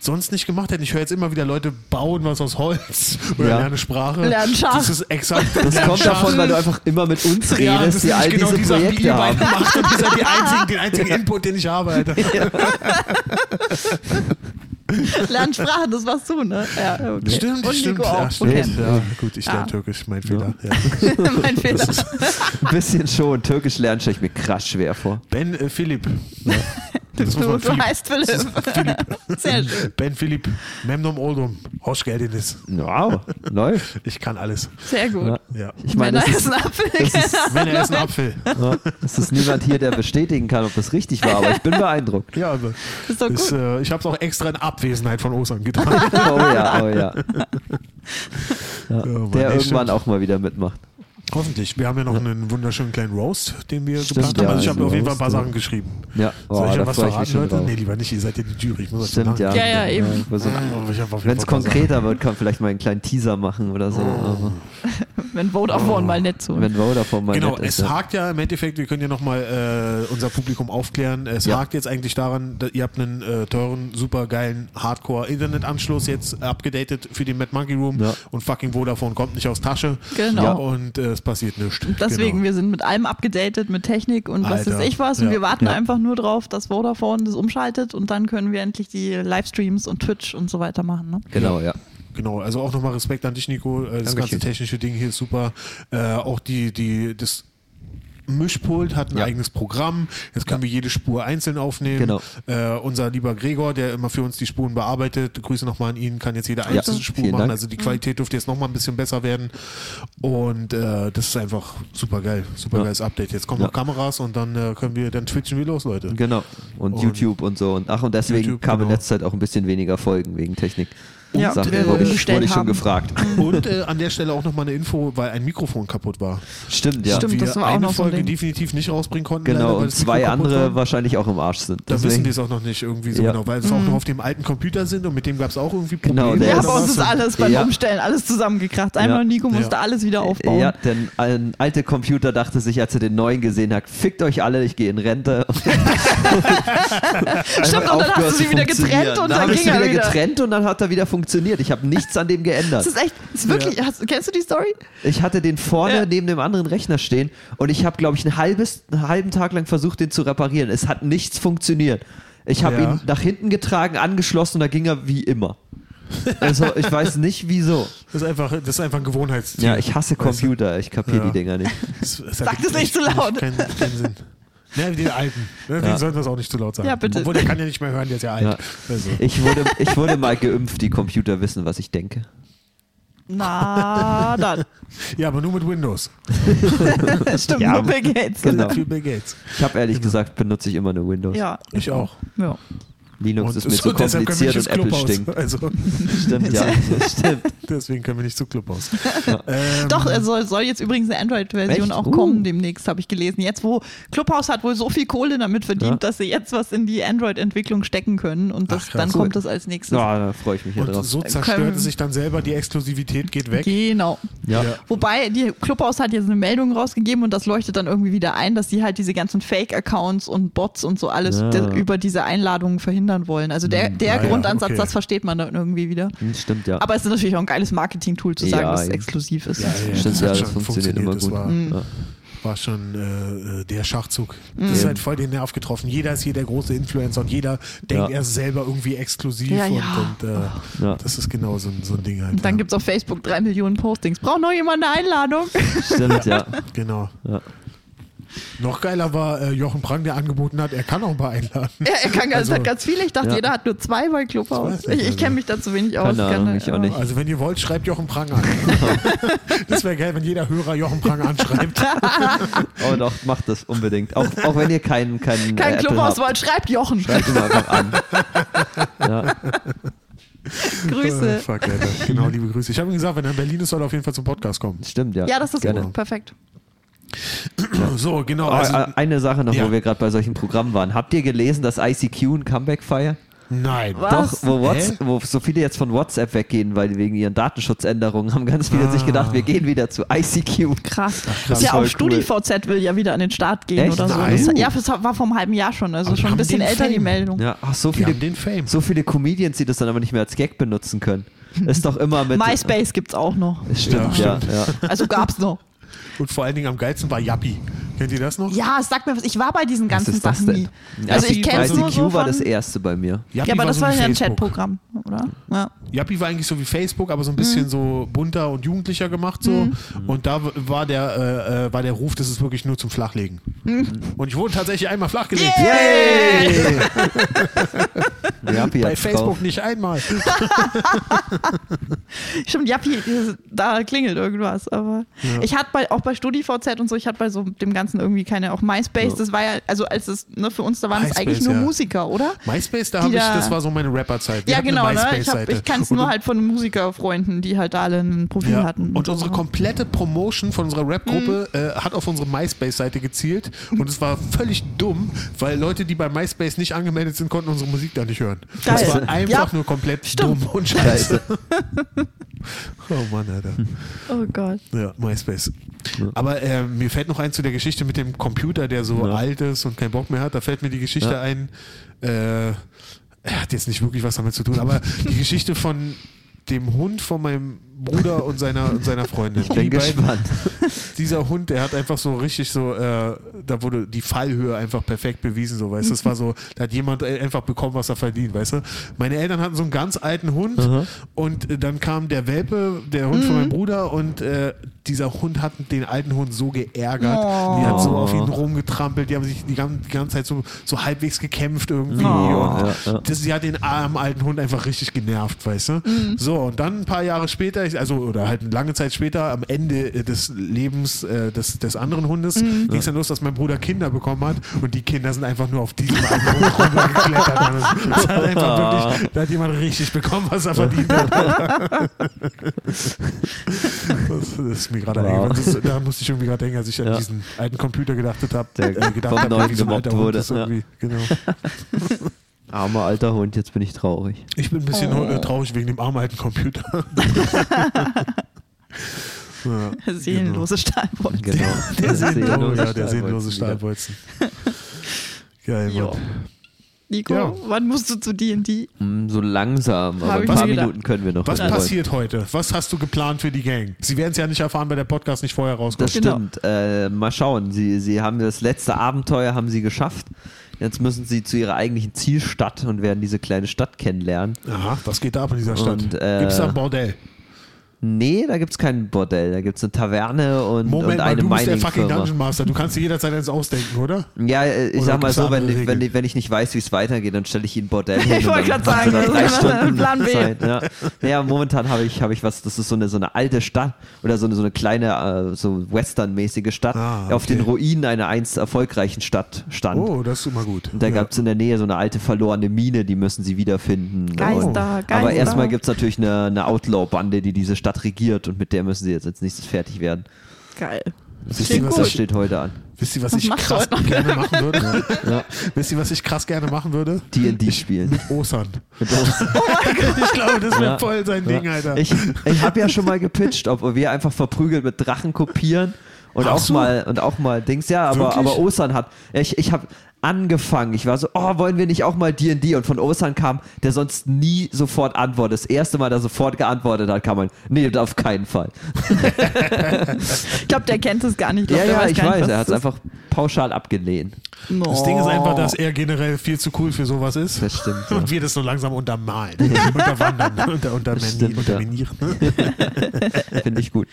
S2: sonst nicht gemacht hätten. Ich höre jetzt immer wieder Leute bauen was aus Holz oder
S1: Ja.
S2: lernen Sprache.
S3: Lernen Schach.
S2: Das ist exakt.
S1: das
S2: lernen
S1: kommt
S2: Schach.
S1: davon, weil du einfach immer mit uns redest,
S2: ja, das
S1: die all
S2: ist genau
S1: diese
S2: die Sachen, die
S1: Projekte
S2: ihr
S1: haben.
S2: beiden macht. Und das ist halt die einzigen, den einzigen Input, den ich habe, Alter.
S3: Lern Sprachen, das warst du, ne? Ja, okay.
S2: Stimmt,
S3: Und
S2: stimmt.
S3: Nico auch. Ah.
S2: Ja, stimmt.
S3: Okay.
S2: Ja, gut, ich
S3: Ja.
S2: lerne Türkisch, mein Fehler. Ja.
S3: mein Fehler.
S1: Ein bisschen schon. Türkisch lernen stelle ich mir krass schwer vor.
S2: Ben äh, Philipp. Das muss
S3: Du,
S2: man
S3: du
S2: Philipp.
S3: heißt Philipp. Sehr schön.
S2: Ben Philipp. Memnum Oldum. Hoş geldiniz.
S1: Wow, läuft.
S2: Ich kann alles.
S3: Sehr gut.
S1: Ja.
S2: Ja.
S1: Ich meine,
S3: Männer
S1: es ist,
S3: essen Apfel.
S1: es ist-
S2: Wenn er ist ein Apfel.
S1: ja, es ist niemand hier, der bestätigen kann, ob das richtig war, aber ich bin beeindruckt.
S2: Ja, aber
S3: Ist doch
S2: ist,
S3: gut.
S2: äh, ich habe es auch extra in Abwesenheit von Osan getan.
S1: Oh ja, oh ja. ja
S2: Mann,
S1: der
S2: nee,
S1: irgendwann
S2: stimmt.
S1: auch mal wieder mitmacht.
S2: Hoffentlich. Wir haben ja noch einen wunderschönen kleinen Roast, den wir
S1: Stimmt,
S2: geplant haben.
S1: ja,
S2: Also ich habe
S1: also
S2: auf jeden Fall ein paar
S1: Roast,
S2: Sachen geschrieben.
S1: Ja, oh,
S2: Soll ich
S1: da
S2: ja was
S1: freue ich mich
S2: verraten,
S1: schon
S2: Leute?
S1: drauf.
S2: Nee, lieber nicht. Ihr seid ja die Jury. Ich muss
S1: Stimmt, ja.
S3: Ja, ja, eben.
S1: Wenn es
S2: Wenn Oh.
S1: konkreter wird, kann man vielleicht mal einen kleinen Teaser machen oder so. aber-
S3: Wenn Vodafone mal nett zu
S1: Wenn Vodafone mal
S2: Genau,
S1: nett ist.
S2: es
S1: ja.
S2: hakt ja im Endeffekt, wir können ja nochmal äh, unser Publikum aufklären, es
S1: Ja.
S2: hakt jetzt eigentlich daran, da- ihr habt einen äh, teuren, super geilen Hardcore-Internetanschluss jetzt abgedatet für den Mad Monkey Room
S1: Ja.
S2: und fucking Vodafone kommt nicht aus Tasche
S3: Genau.
S1: Ja.
S2: und äh, es passiert nichts.
S3: Deswegen,
S2: genau.
S3: wir sind mit allem abgedatet, mit Technik und was
S2: Alter.
S3: weiß ich was. Und
S2: Ja.
S3: wir warten
S1: Ja.
S3: einfach nur drauf, dass Vodafone das umschaltet und dann können wir endlich die Livestreams und Twitch und so weiter machen. Ne?
S1: Genau, ja.
S2: Genau, also auch nochmal Respekt an dich, Nico. Äh, Das
S1: Dankeschön.
S2: ganze technische Ding hier ist super. Äh, auch die, die, das Mischpult hat ein
S1: Ja.
S2: eigenes Programm. Jetzt können wir jede Spur einzeln aufnehmen.
S1: Genau.
S2: Äh, unser lieber Gregor, der immer für uns die Spuren bearbeitet, Grüße nochmal an ihn, kann jetzt jede einzelne Spur
S1: vielen
S2: machen.
S1: Dank.
S2: Also die Qualität dürfte jetzt nochmal ein bisschen besser werden. Und äh, das ist einfach super geil. Super
S1: Ja.
S2: geiles Update. Jetzt kommen
S1: Ja.
S2: noch Kameras und dann äh, können wir, dann twitchen wir los, Leute.
S1: Genau. Und,
S2: Und-
S1: YouTube und so. Und ach, und deswegen
S2: YouTube,
S1: kamen in
S2: genau. äh,
S1: letzter Zeit auch ein bisschen weniger Folgen wegen Technik.
S3: Ja,
S1: Sachen,
S3: wir
S1: wurde, ich,
S3: bestellt
S1: wurde ich schon
S3: haben.
S1: gefragt.
S2: Und äh, an der Stelle auch nochmal eine Info, weil ein Mikrofon kaputt war.
S1: Stimmt, ja.
S3: Stimmt.
S2: wir
S3: das war auch
S2: eine
S3: noch so ein
S2: Folge
S3: Ding.
S2: definitiv nicht rausbringen konnten. leider,
S1: Genau.
S2: weil
S1: Und
S2: das Mikro
S1: zwei
S2: kaputt
S1: andere
S2: war.
S1: wahrscheinlich auch im Arsch sind.
S2: Da wissen
S1: Deswegen-
S2: die es auch noch nicht irgendwie so
S1: Ja.
S2: genau, weil es auch
S3: Mhm.
S2: noch auf dem alten Computer sind und mit dem gab es auch irgendwie
S1: Genau,
S2: Probleme.
S1: der
S3: Ja,
S1: Ja, ist-
S2: oder
S3: bei uns
S2: was.
S3: ist alles beim
S1: Ja.
S3: Umstellen, alles zusammengekracht. Einmal
S1: Ja.
S3: Nico musste
S2: Ja.
S3: alles wieder aufbauen.
S1: Äh, Ja, denn ein alter Computer dachte sich, als er den neuen gesehen hat, fickt euch alle, ich gehe in Rente.
S3: Stimmt, und dann hast du sie wieder getrennt und
S1: dann
S3: dann
S1: hab ich
S3: ging
S1: sie
S3: er
S1: wieder
S3: wieder.
S1: getrennt und dann hat er wieder funktioniert. Ich habe nichts an dem
S3: Das
S1: geändert.
S3: ist echt, das ist wirklich, hast, kennst du die Story?
S1: Ich hatte den vorne
S3: Ja.
S1: neben dem anderen Rechner stehen und ich habe, glaube ich, ein halbes, einen halben Tag lang versucht, den zu reparieren. Es hat nichts funktioniert. Ich habe
S2: Ja.
S1: ihn nach hinten getragen, angeschlossen und da ging er wie immer. Also ich weiß nicht wieso.
S2: Das ist einfach, das ist einfach ein Gewohnheitsziel.
S1: Ja, ich hasse
S2: Weißt du,
S1: Computer. Ich kapiere
S2: Ja.
S1: die Dinger nicht.
S2: das-
S3: Sag
S2: hat
S3: das nicht
S2: echt
S3: zu laut.
S2: Keinen, keinen Sinn. Ne, den alten. Ne,
S1: Ja.
S2: Die sollten das auch nicht zu laut sagen.
S3: Ja, bitte.
S2: Obwohl, der kann ja nicht mehr hören, der ist ja alt.
S1: Ja.
S2: Also.
S1: Ich wurde, ich wurde mal geimpft, die Computer wissen, was ich denke.
S3: Na, dann.
S2: Ja, aber nur mit Windows.
S3: Stimmt,
S1: Ja,
S3: nur Bill Gates.
S1: Genau.
S2: Für Bill Gates.
S1: Ich habe ehrlich gesagt, benutze ich immer nur Windows.
S3: Ja,
S2: Ich auch.
S3: ja.
S1: Linux ist mir
S2: so-
S1: zu
S2: deshalb können wir
S1: kompliziert
S2: nicht
S1: und
S2: ins
S1: Apple
S2: Clubhaus.
S1: stinkt.
S2: Also,
S1: Stimmt, ja. Stimmt.
S2: deswegen können wir nicht zu Clubhouse. Ähm,
S3: Doch, es soll, soll jetzt übrigens eine Android-Version
S1: Echt?
S3: auch
S1: Uh.
S3: kommen demnächst, habe ich gelesen. Jetzt, wo Clubhouse hat wohl so viel Kohle damit verdient,
S1: Ja.
S3: dass sie jetzt was in die Android-Entwicklung stecken können und das,
S2: Ach, krass.
S3: dann
S2: Cool.
S3: kommt das als nächstes.
S1: Ja, Ah, da freue ich mich ja
S2: Und
S1: drauf.
S2: so zerstört
S3: Können-
S2: es sich dann selber, die Exklusivität geht weg.
S3: Genau.
S1: Ja.
S3: Wobei, die Clubhouse hat jetzt eine Meldung rausgegeben und das leuchtet dann irgendwie wieder ein, dass sie halt diese ganzen Fake-Accounts und Bots und so alles
S1: Ja.
S3: de- über diese Einladungen verhindern wollen. Also der, der
S2: ah ja,
S3: Grundansatz,
S2: okay.
S3: das versteht man dann irgendwie wieder.
S1: Hm, Stimmt, ja.
S3: Aber es ist natürlich auch ein geiles Marketing-Tool zu
S1: Ja,
S3: sagen, dass es
S1: ja.
S3: exklusiv ist.
S1: Stimmt, ja,
S2: hat
S1: das
S2: schon
S1: funktioniert immer
S2: Das
S1: gut.
S2: war,
S3: Hm.
S1: ja.
S2: war schon äh, äh, der Schachzug. Das ist
S1: Eben.
S2: halt voll den Nerv getroffen. Jeder ist hier der große Influencer und jeder denkt, er ist selber irgendwie exklusiv.
S3: Ja,
S2: und
S3: ja.
S2: und äh,
S1: Ja.
S2: das ist genau so, ein- so ein Ding halt.
S3: Und dann
S2: ja.
S3: gibt es auf Facebook drei Millionen Postings. Braucht noch jemand eine Einladung?
S1: Stimmt, ja.
S2: Genau.
S1: Ja.
S2: Noch geiler war äh, Jochen Prang, der angeboten hat, er kann auch ein paar einladen.
S3: Ja, er kann ganz,
S2: Also-
S3: hat ganz viele. Ich dachte,
S1: Ja.
S3: jeder hat nur zwei bei
S2: Das
S3: Clubhouse.
S2: weiß
S3: Ich,
S2: ich
S3: ich
S2: nicht.
S3: kenne mich dazu wenig aus.
S1: also Keine Ahnung, ich auch nicht.
S2: Also wenn ihr wollt, schreibt Jochen Prang an. das wäre geil, wenn jeder Hörer Jochen Prang anschreibt.
S1: Oh doch, macht das unbedingt. Auch, auch wenn ihr keinen keinen
S3: Kein
S1: äh, Apple
S3: Clubhouse
S1: habt,
S3: wollt, schreibt Jochen.
S1: schreibt ihn einfach an. Ja,
S2: Äh,
S3: Grüße.
S2: fuck, Alter. Genau, liebe Grüße. Ich habe ihm gesagt, wenn er in Berlin ist, soll er auf jeden Fall zum Podcast kommen.
S1: stimmt, ja.
S3: Ja, das ist
S1: Gerne.
S3: gut. Perfekt.
S2: So, genau.
S1: Oh,
S2: Also,
S1: äh, eine Sache noch,
S2: Ja.
S1: wo wir gerade bei solchen Programmen waren. Habt ihr gelesen, dass ICQ ein Comeback feiert?
S2: nein.
S3: Was?
S1: Doch, wo,
S2: Hä?
S1: Whats wo so viele jetzt von WhatsApp weggehen, weil wegen ihren Datenschutzänderungen haben ganz viele sich gedacht, wir gehen wieder zu ICQ.
S3: Krass.
S1: Das
S3: ist ja
S1: ist
S3: auch
S1: voll cool.
S3: StudiVZ will ja wieder an den Start gehen
S1: Echt?
S3: oder so.
S2: Nein.
S3: Das, ja, das war vor einem halben Jahr schon. Also
S2: Aber
S3: schon ein
S2: haben
S3: bisschen
S2: den
S3: älter die
S2: Fame.
S3: Meldung.
S1: Ja, ach, so
S2: Die
S1: viele,
S2: haben den Fame.
S1: so viele Comedians, die das dann aber nicht mehr als Gag benutzen können. Ist doch immer mit.
S3: MySpace gibt es auch noch.
S1: Stimmt,
S2: Ja,
S1: ja. ja,
S3: Also gab's noch.
S2: Und vor allen Dingen am geilsten war Yappi. Kennt ihr das noch?
S3: Ja, es sagt mir was. Ich war bei diesen
S1: Was
S3: ganzen
S1: ist das
S3: Sachen nie.
S1: denn?
S3: Also ich kenn's
S1: ICQ
S3: nur so
S1: war
S3: von-
S1: das erste bei mir.
S2: Yappi
S3: Ja, aber das
S2: so
S3: war
S2: wie
S3: ja ein
S2: Facebook.
S3: Chatprogramm, oder? Ja.
S2: Yappi war eigentlich so wie Facebook, aber so ein
S3: Mhm.
S2: bisschen so bunter und jugendlicher gemacht so. Und da w- war der, äh, äh, war der Ruf, das ist wirklich nur zum Flachlegen.
S3: Mhm.
S2: Und ich wurde tatsächlich einmal flachgelegt.
S1: Yay! Yappi
S2: Bei
S1: hat's
S2: Facebook
S1: drauf.
S2: nicht einmal.
S3: Stimmt, Jappi, da klingelt irgendwas. Aber ich hatte bei, auch bei StudiVZ und so, ich hatte bei so dem Ganzen irgendwie keine, auch MySpace, das war ja, also als es ne, für uns, da waren es
S2: MySpace,
S3: eigentlich nur
S2: ja.
S3: Musiker, oder?
S2: MySpace, da habe ich,
S3: da-
S2: das war so meine Rapper-Zeit. Wir
S3: ja,
S2: hatten
S3: genau,
S2: eine
S3: ne? ich, hab-
S2: MySpace-Seite.
S3: ich kann es
S2: Und-
S3: nur halt von Musikerfreunden, die halt alle ein Profil
S2: Ja.
S3: hatten. Mhm.
S2: Und unsere
S3: so.
S2: komplette Promotion von unserer Rap-Gruppe äh, hat auf unsere MySpace-Seite gezielt und es war völlig dumm, weil Leute, die bei MySpace nicht angemeldet sind, konnten unsere Musik da nicht hören. Das
S3: Geil.
S2: war einfach
S3: Ja.
S2: nur komplett
S3: Stimmt.
S2: dumm und scheiße. Oh Mann, Alter.
S3: Oh Gott.
S2: Ja, MySpace. Aber äh, mir fällt noch ein zu der Geschichte mit dem Computer, der so
S1: Ja.
S2: alt ist und keinen Bock mehr hat. Da fällt mir die Geschichte
S1: Ja.
S2: ein. Äh, er hat jetzt nicht wirklich was damit zu tun, aber die Geschichte von dem Hund von meinem Bruder und seiner, und seiner Freundin.
S1: Ich bin
S2: Die beiden-
S1: gespannt.
S2: dieser Hund, der hat einfach so richtig so, äh, da wurde die Fallhöhe einfach perfekt bewiesen, so weißt du. Das war so, da hat jemand äh, einfach bekommen, was er verdient, weißt du. Meine Eltern hatten so einen ganz alten Hund und äh, dann kam der Welpe, der Hund von meinem Bruder und äh, dieser Hund hat den alten Hund so geärgert. Die hat so auf ihn rumgetrampelt, die haben sich die ganze, die ganze Zeit so, so halbwegs gekämpft irgendwie.
S1: Oh.
S2: Und
S1: Ja, ja.
S2: das, sie hat den armen alten Hund einfach richtig genervt, weißt du? So, und dann ein paar Jahre später, ich- also oder halt eine lange Zeit später, am Ende äh, des Lebens äh, des, des anderen Hundes, ging es dann los, dass mein Bruder Kinder bekommen hat und die Kinder sind einfach nur auf diesem alten Hund runtergeklettert. Also, Das hat einfach wirklich, da hat jemand richtig bekommen, was er verdient hat. das, das ist mir gerade
S1: Wow.
S2: eingefallen. Das ist- Da musste ich irgendwie gerade denken, als ich an
S1: Ja.
S2: diesen alten Computer gedacht habe,
S1: Der vom
S2: hab,
S1: Neuen
S2: wie so ein
S1: gemobbt
S2: alter Hund
S1: wurde,
S2: ist
S1: ja.
S2: irgendwie. Genau.
S1: Armer alter Hund, jetzt bin ich traurig.
S2: Ich bin ein bisschen
S1: Oh.
S2: äh, traurig wegen dem armen alten Computer. ja.
S3: Seelenlose Stahlwolke.
S1: Genau.
S2: Der seelenlose, ja, der
S1: Stahlbolzen
S2: seelenlose
S1: wieder.
S2: Stahlbolzen. Geil,
S3: Jo.
S2: Mann.
S3: Nico,
S2: Ja.
S3: wann musst du zu D&D?
S1: Mm, So langsam,
S3: Hab
S1: aber ein
S3: ich
S1: paar
S3: mir gedacht.
S1: Minuten können wir noch.
S2: Was
S1: wenn wir wollen.
S2: passiert heute? Was hast du geplant für die Gang? Sie werden es ja nicht erfahren, weil der Podcast nicht vorher
S1: Das
S2: rauskommt.
S3: Genau.
S1: stimmt. Äh, mal schauen. Sie, sie haben das letzte Abenteuer haben sie geschafft. Jetzt müssen sie zu ihrer eigentlichen Zielstadt und werden diese kleine Stadt kennenlernen.
S2: Aha, was geht da ab in dieser Stadt?
S1: Und, äh,
S2: Gibt's da ein Bordell?
S1: Nee, da gibt es kein Bordell. Da gibt es eine Taverne und,
S2: Moment
S1: und
S2: mal,
S1: eine
S2: du bist der fucking
S1: Mining-Firma.
S2: Dungeon Master. Du kannst dir jederzeit eins ausdenken, oder?
S1: Ja, äh, ich
S2: Oder
S1: sag mal
S2: gibt's da
S1: so, wenn,
S2: andere
S1: ich- wenn,
S2: Regeln?
S1: ich- wenn ich nicht weiß, wie es weitergeht, dann stelle ich ihnen Bordell hin.
S3: Ich
S1: und
S3: wollte
S1: dann
S3: gerade
S1: haben sie
S3: sagen,
S1: da drei
S3: das ist
S1: Stunden
S3: Plan B.
S1: Zeit, ja. ja, momentan habe ich, hab ich was, das ist so eine, so eine alte Stadt oder so eine, so eine kleine, äh, so westernmäßige Stadt,
S2: Ah,
S1: die auf
S2: okay.
S1: den Ruinen einer einst erfolgreichen Stadt stand.
S2: Oh, das ist immer gut.
S1: Da
S2: Ja.
S1: gab es in der Nähe so eine alte verlorene Mine, die müssen sie wiederfinden.
S3: Geister,
S1: Und-
S3: Geister.
S1: Aber erstmal gibt es natürlich eine, eine Outlaw-Bande, die diese Stadt regiert und mit der müssen sie jetzt als nächstes fertig werden.
S3: Geil.
S2: Wisst ihr,
S3: Klingt
S2: was
S1: Das
S2: ich,
S1: steht heute an.
S2: wisst ihr, was
S3: Was
S2: ich
S3: machst du
S2: krass
S3: heute noch?
S2: gerne machen würde?
S1: Ja.
S2: Wisst ihr, was ich krass gerne machen würde?
S1: D&D spielen.
S2: Mit Osan.
S1: Mit uns.
S2: Ich glaube, das wird
S1: Ja.
S2: voll sein Ding, Alter.
S1: Ich, ich habe ja schon mal gepitcht, ob wir einfach verprügelt mit Drachen kopieren und
S2: Ach
S1: auch
S2: so.
S1: mal und auch mal Dings. Ja, aber,
S2: Wirklich?
S1: aber Osan hat. Ich, ich habe angefangen. Ich war so, oh, wollen wir nicht auch mal D&D? Und von Osan kam, der sonst nie sofort antwortet. Das erste Mal, dass er sofort geantwortet hat, kam man, nee, auf keinen Fall.
S3: Ich glaube, der kennt es gar nicht.
S1: Ja,
S3: glaub, der
S1: ja, ich
S3: gar nicht,
S1: weiß.
S3: was
S1: Er hat es
S3: ist.
S1: einfach pauschal abgelehnt.
S3: No.
S2: Das Ding ist einfach, dass er generell viel zu cool für sowas ist.
S1: Das stimmt. Ja.
S2: Und wir Oh. das so langsam untermalen, unterwandern, unter, untermini-
S1: stimmt, ja.
S2: unterminieren.
S1: Finde ich gut.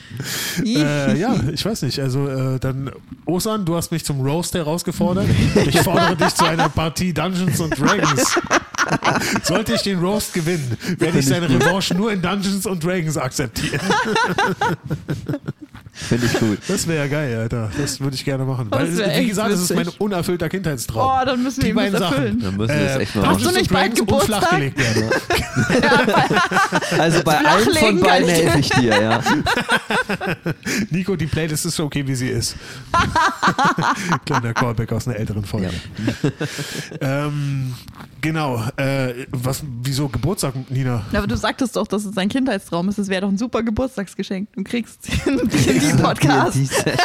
S2: Äh, ja, ich weiß nicht. Also äh, dann, Osan, du hast mich zum Roast herausgefordert. Ich fordere dich zu einer Partie Dungeons und Dragons. Sollte ich den Roast gewinnen, werde ich seine Revanche nur in Dungeons und Dragons akzeptieren.
S1: Finde ich gut.
S2: Das wäre ja geil, Alter. Das würde ich gerne machen. Weil,
S3: Das wär
S2: wie
S3: echt
S2: gesagt, das ist mein
S3: witzig.
S2: unerfüllter Kindheitstraum.
S3: Oh, dann müssen
S2: Die
S3: wir ihm das
S2: beiden Sachen.
S3: erfüllen.
S1: Dann müssen wir es echt mal
S2: Dungeons
S1: machen.
S3: Hast Äh, du nicht
S2: und
S3: bald
S2: Dragons und
S3: Geburtstag?
S2: flachgelegt werden.
S1: Also bei allen von
S3: Flachlegen kann
S1: beiden
S3: ich dir.
S1: helfe ich dir, ja.
S2: Nico, die Playlist ist so okay, wie sie ist. Kleiner Callback aus einer älteren Folge. ähm, genau. Äh, was, wieso Geburtstag, Nina?
S3: Na, Aber du sagtest doch, dass es ein Kindheitstraum ist. Es wäre doch ein super Geburtstagsgeschenk. Du kriegst den D&D-Podcast.
S1: D&D-Session.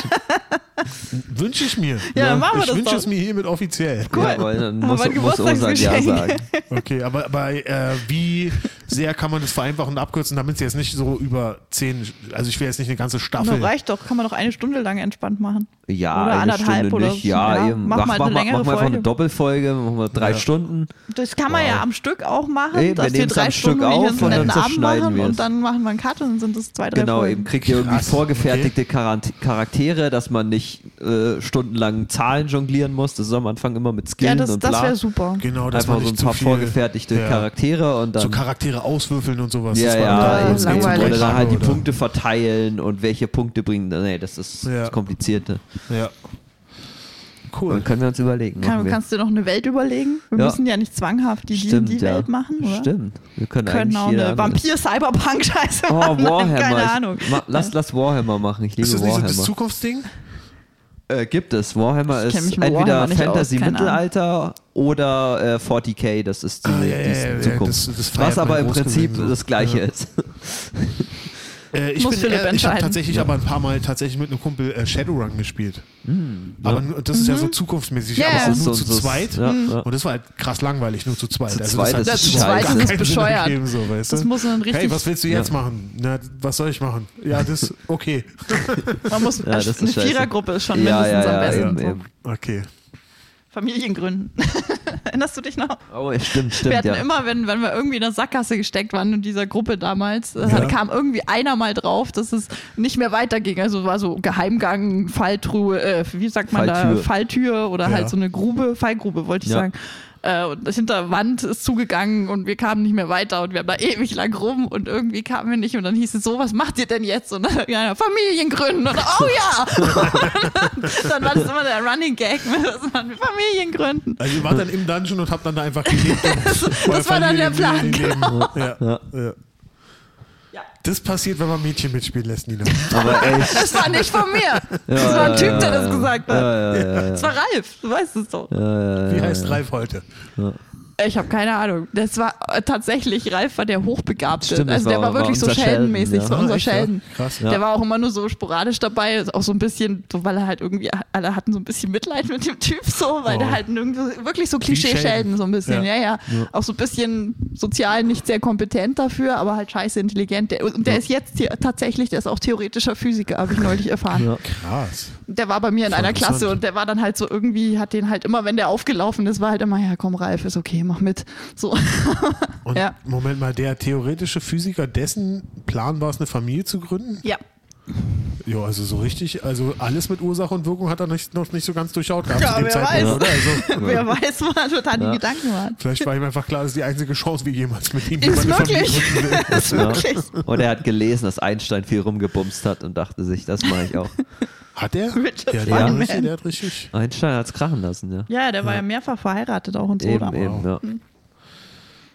S2: Wünsche ich mir. ne?
S3: Ja, dann machen wir
S2: ich
S3: das
S2: wünsche
S3: doch.
S2: es mir hiermit offiziell.
S3: Cool.
S1: Jawohl, dann
S3: Aber
S1: muss,
S3: ein
S1: muss Osan ja
S3: Geburtstagsgeschenk.
S1: sagen.
S2: Okay, aber, aber äh, wie sehr kann man das vereinfachen und abkürzen, damit es jetzt nicht so über zehn, also ich will jetzt nicht eine ganze Staffel.
S3: Na, reicht doch. Kann man doch eine Stunde lang entspannt machen.
S1: Ja,
S3: Oder
S1: eine
S3: anderthalb
S1: Stunde
S3: oder
S1: nicht.
S3: so.
S1: Ja,
S3: Ja,
S1: eben.
S3: mach mal eine
S1: mach,
S3: längere
S1: mach einfach
S3: Folge.
S1: eine Doppelfolge, machen wir drei
S2: Ja.
S1: Stunden.
S3: Das kann man ja am Stück auch machen,
S1: Eben, wir
S3: dass wir
S1: nehmen's
S3: drei
S1: am
S3: Stunden
S1: Stück
S3: hier
S1: auf
S3: einen
S1: und dann
S3: netten Abend
S1: zerschneiden
S3: machen
S1: wir's.
S3: und dann machen wir einen Cut und dann sind das zwei, drei
S1: Genau,
S3: Folgen.
S1: eben kriegt ihr irgendwie
S2: Krass,
S1: vorgefertigte Charan- Charaktere, dass man nicht äh, stundenlang Zahlen jonglieren muss. Das ist am Anfang immer mit Skillen
S3: Ja, das,
S1: und
S3: das
S1: bla.
S3: wäre super.
S2: Genau, dass
S1: Einfach
S2: man
S1: so
S2: nicht
S1: ein
S2: zu
S1: paar
S2: viel,
S1: vorgefertigte
S2: ja,
S1: Charaktere und dann.
S2: So Charaktere auswürfeln und sowas.
S1: ja,
S2: Das war
S1: ja,
S2: bei uns
S3: Ja,
S2: nicht so
S3: langweilig.
S1: oder dann halt die
S2: oder?
S1: Punkte verteilen und welche Punkte bringen. Nee, das ist
S2: Ja.
S1: das Komplizierte.
S2: Ja. Cool.
S1: Dann können wir uns überlegen. machen
S3: Kann,
S1: wir.
S3: kannst du dir noch eine Welt überlegen? Wir
S1: Ja.
S3: müssen ja nicht zwanghaft die
S1: Stimmt,
S3: D&D-Welt
S1: ja.
S3: machen, oder?
S1: Stimmt. Wir können,
S3: Können
S1: eigentlich
S3: auch
S1: jeder
S3: eine
S1: andere-
S3: Vampir-Cyberpunk-Scheiße
S1: Oh,
S3: machen.
S1: Warhammer.
S3: Nein,
S1: ich,
S3: keine Ahnung.
S1: Ma, lass, lass Warhammer machen. Ich liebe
S2: Ist das nicht so
S1: Warhammer.
S2: das Zukunftsding?
S1: Äh, gibt es. Warhammer
S3: Ich kenn
S1: ist
S3: mich mit
S1: entweder
S3: Warhammer nicht
S1: Fantasy
S3: aus, keine
S1: Mittelalter oder äh, 40k, das ist die,
S2: Ah, ja, ja,
S1: die
S2: ja,
S1: Zukunft.
S2: das- das feiert
S1: was aber
S2: man
S1: im
S2: groß
S1: Prinzip
S2: gewesen, so.
S1: das gleiche
S2: Ja.
S1: ist.
S2: Äh, ich
S3: Muss
S2: bin,
S3: Philipp
S2: eher- ich habe
S3: entscheiden.
S2: tatsächlich aber ein paar Mal tatsächlich mit einem Kumpel äh, Shadowrun gespielt.
S1: Hm.
S2: aber nur- das ist ja so zukunftsmäßig,
S3: Mhm. Ja,
S2: aber
S3: ja.
S2: nur
S3: Das ist
S1: so-
S2: zu
S1: so-
S2: zweit.
S1: ja,
S3: Mhm.
S1: ja.
S2: Und das war halt krass langweilig, nur zu zweit. Also
S1: Zu
S2: das
S1: zweit
S2: hat
S1: ist
S2: überhaupt
S1: scheiße.
S2: gar
S1: Das
S3: ist
S2: keinen Sinn
S3: bescheuert.
S2: ergeben, so, weißt
S3: Das
S2: du?
S3: muss man richtig-
S2: Hey, was willst du jetzt
S1: Ja.
S2: machen? Na, was soll ich machen? Ja, das, okay.
S3: Man muss,
S1: Ja, das ist
S3: eine
S1: scheiße.
S3: Vierergruppe ist schon
S1: ja, ja,
S3: mindestens
S1: ja,
S3: am besten.
S1: eben,
S3: so.
S1: eben.
S2: Okay.
S3: Familiengründen. Erinnerst du dich noch?
S1: Oh, ja, stimmt, stimmt.
S3: Wir hatten
S1: ja.
S3: immer, wenn, wenn wir irgendwie in der Sackgasse gesteckt waren in dieser Gruppe damals, äh,
S2: Ja.
S3: kam irgendwie einer mal drauf, dass es nicht mehr weiterging. Also war so Geheimgang, Falltruhe, äh, wie sagt man da,
S1: Falltür.
S3: Falltür oder
S2: Ja.
S3: halt so eine Grube, Fallgrube wollte ich
S1: Ja.
S3: sagen. Äh, und hinter Wand ist zugegangen und wir kamen nicht mehr weiter und wir haben da ewig lang rum und irgendwie kamen wir nicht und dann hieß es so, was macht ihr denn jetzt? Und dann ja, Familiengründen und oh ja! Und dann war das immer der Running Gag, dass man Familiengründen.
S2: Also ihr wart dann im Dungeon und habt dann da einfach gelebt. das
S3: das war dann der Plan,
S2: Ja, ja.
S3: Ja.
S2: Das passiert, wenn man Mädchen mitspielen lässt, Nina.
S1: Aber echt.
S3: Das war nicht von mir. Das
S1: Ja,
S3: war ein
S1: ja,
S3: Typ,
S1: ja,
S3: der
S1: ja.
S3: das gesagt hat.
S1: Ja, ja, ja, ja.
S3: Das war Ralf, du weißt es doch.
S2: Wie heißt Ralf heute?
S3: Ich habe keine Ahnung. Das war äh, tatsächlich, Ralf war der Hochbegabte.
S1: Stimmt, das
S3: also der
S1: war-
S3: war wirklich
S1: war
S3: so
S1: unser Sheldon,
S3: scheldenmäßig,
S1: ja.
S3: so unser
S2: Ah, echt, ja?
S3: Schelden.
S2: Krass.
S3: Der war auch immer nur so sporadisch dabei, auch so ein bisschen, so, weil er halt irgendwie, alle hatten so ein bisschen Mitleid mit dem Typ, so, weil
S2: Oh.
S3: der halt irgendwie, wirklich so Klischee-Schelden,
S2: Schelden.
S3: so ein bisschen,
S2: Ja.
S3: ja. Ja, Auch so ein bisschen sozial nicht sehr kompetent dafür, aber halt scheiße intelligent. Der, und der ist jetzt hier, tatsächlich, der ist auch theoretischer Physiker, habe ich neulich erfahren.
S1: Ja.
S2: Krass.
S3: Der war bei mir in einer
S2: interessant.
S3: Klasse und der war dann halt so irgendwie, hat den halt immer, wenn der aufgelaufen ist, war halt immer, ja komm, Ralf, ist okay, mach mit. So.
S2: Und
S3: Ja.
S2: Moment mal, der theoretische Physiker, dessen Plan war es, eine Familie zu gründen?
S3: Ja.
S2: Ja, also so richtig. Also alles mit Ursache und Wirkung hat er nicht, noch nicht so ganz durchschaut gehabt
S3: Ja,
S2: zu dem
S3: wer
S2: Zeitpunkt,
S3: weiß.
S2: oder? Also,
S3: Wer weiß, wo er total die
S1: Ja.
S3: Gedanken waren.
S2: vielleicht war ihm einfach klar, das ist die einzige Chance, wie jemals mit ihm
S3: Ist
S2: jemand eine Familie
S3: möglich.
S2: gründen will.
S3: Ist möglich.
S1: Und er hat gelesen, dass Einstein viel rumgebumst hat und dachte sich, das mache ich auch.
S2: Hat er?
S3: Richard
S2: Ja, der, hat
S1: Feynman.
S2: richtig, der hat richtig.
S1: Einstein hat es krachen lassen, ja.
S3: Ja, der war ja mehrfach verheiratet auch und so.
S1: Eben,
S3: oder?
S1: eben,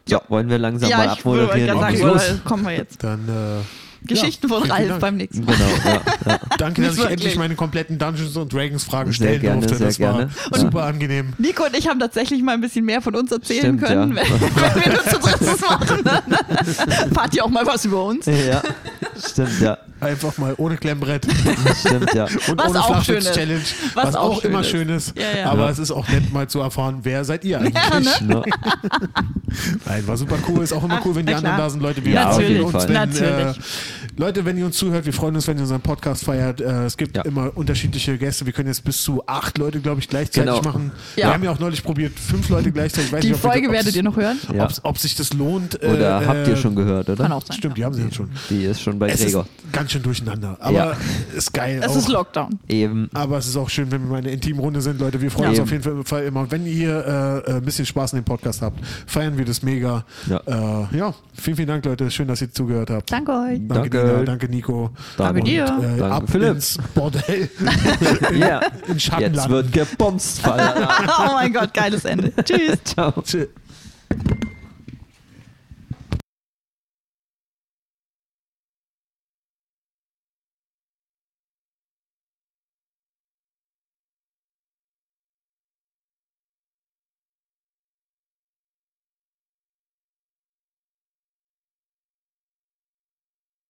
S1: ja. So, wollen wir langsam mal
S3: Ja, ich wollte
S1: abmoderieren?
S3: gerade sagen,
S2: Okay.
S3: oder kommen wir jetzt.
S2: Dann, äh,
S3: Geschichten
S2: ja,
S3: von
S2: vielen
S3: Ralf
S2: Dank.
S3: beim nächsten Mal.
S1: Genau, ja, ja.
S2: Danke, dass
S3: Nicht
S2: ich
S3: wirklich.
S2: endlich meine kompletten Dungeons und Dragons Fragen
S1: Sehr
S2: stellen
S1: gerne,
S2: durfte.
S1: sehr
S2: Das war
S1: gerne. Und-
S2: super angenehm.
S3: Nico und ich haben tatsächlich mal ein bisschen mehr von uns erzählen
S1: Stimmt,
S3: können,
S1: ja.
S3: wenn, wenn wir das zu drittes machen. Dann erfahrt ihr auch mal was über uns.
S1: ja. Stimmt, ja.
S2: Einfach mal ohne Klemmbrett
S1: Stimmt, ja.
S2: und
S3: Was
S2: ohne
S3: auch
S2: Flachwitz-Challenge. Was, auch,
S3: schön
S2: immer
S3: ist.
S2: schön ist.
S3: Ja, ja.
S2: Aber
S1: Ja.
S2: es ist auch nett, mal zu erfahren, wer seid ihr eigentlich?
S3: Ja, ne?
S1: Ja.
S2: Nein, war super cool. Ist auch immer
S3: Ach,
S2: cool, wenn die
S3: na
S2: anderen
S3: klar.
S2: da sind. Leute, wir
S1: Ja, auf
S2: freuen
S1: jeden
S2: uns,
S1: Fall.
S2: wenn,
S3: Natürlich.
S2: Äh, Leute, wenn ihr uns zuhört, wir freuen uns, wenn ihr unseren Podcast feiert. Äh, es gibt
S1: Ja.
S2: immer unterschiedliche Gäste. Wir können jetzt bis zu acht Leute, glaube ich, gleichzeitig
S1: Genau.
S2: machen.
S3: Ja.
S2: Wir haben ja auch neulich probiert, fünf Leute gleichzeitig. Ich weiß
S3: Die
S2: nicht, ob wir-
S3: Folge
S2: ob's-
S3: werdet ihr noch hören.
S1: Ja.
S2: ob's- Ob sich das lohnt. äh,
S1: Oder habt
S2: äh,
S1: ihr schon gehört,
S3: Kann
S1: oder?
S3: auch sein.
S2: Stimmt, die haben sie jetzt schon.
S1: Die ist schon bei
S2: Es ist
S1: Mhm. Gregor.
S2: ganz schön durcheinander. Aber
S1: Ja.
S2: ist geil.
S3: Es
S2: auch.
S3: ist Lockdown.
S1: Eben.
S2: aber es ist auch schön, wenn wir mal in einer intimen Runde sind, Leute. Wir freuen
S1: Ja.
S2: uns
S1: Eben.
S2: auf jeden Fall immer. Und wenn ihr äh, ein bisschen Spaß in dem Podcast habt, feiern wir das mega.
S1: Ja.
S2: äh, ja vielen, vielen Dank, Leute. Schön, dass ihr zugehört habt.
S3: Danke euch.
S1: Danke.
S2: Nina, danke Nico.
S1: Danke
S2: Und,
S3: dir.
S2: Äh,
S1: Danke,
S2: ab
S1: Philipp.
S2: ins Bordell.
S1: Ja.
S2: In Schattenland.
S1: Jetzt wird gebumst, Falter.
S3: Oh mein Gott, geiles Ende. Tschüss.
S1: Ciao.
S2: Tschö.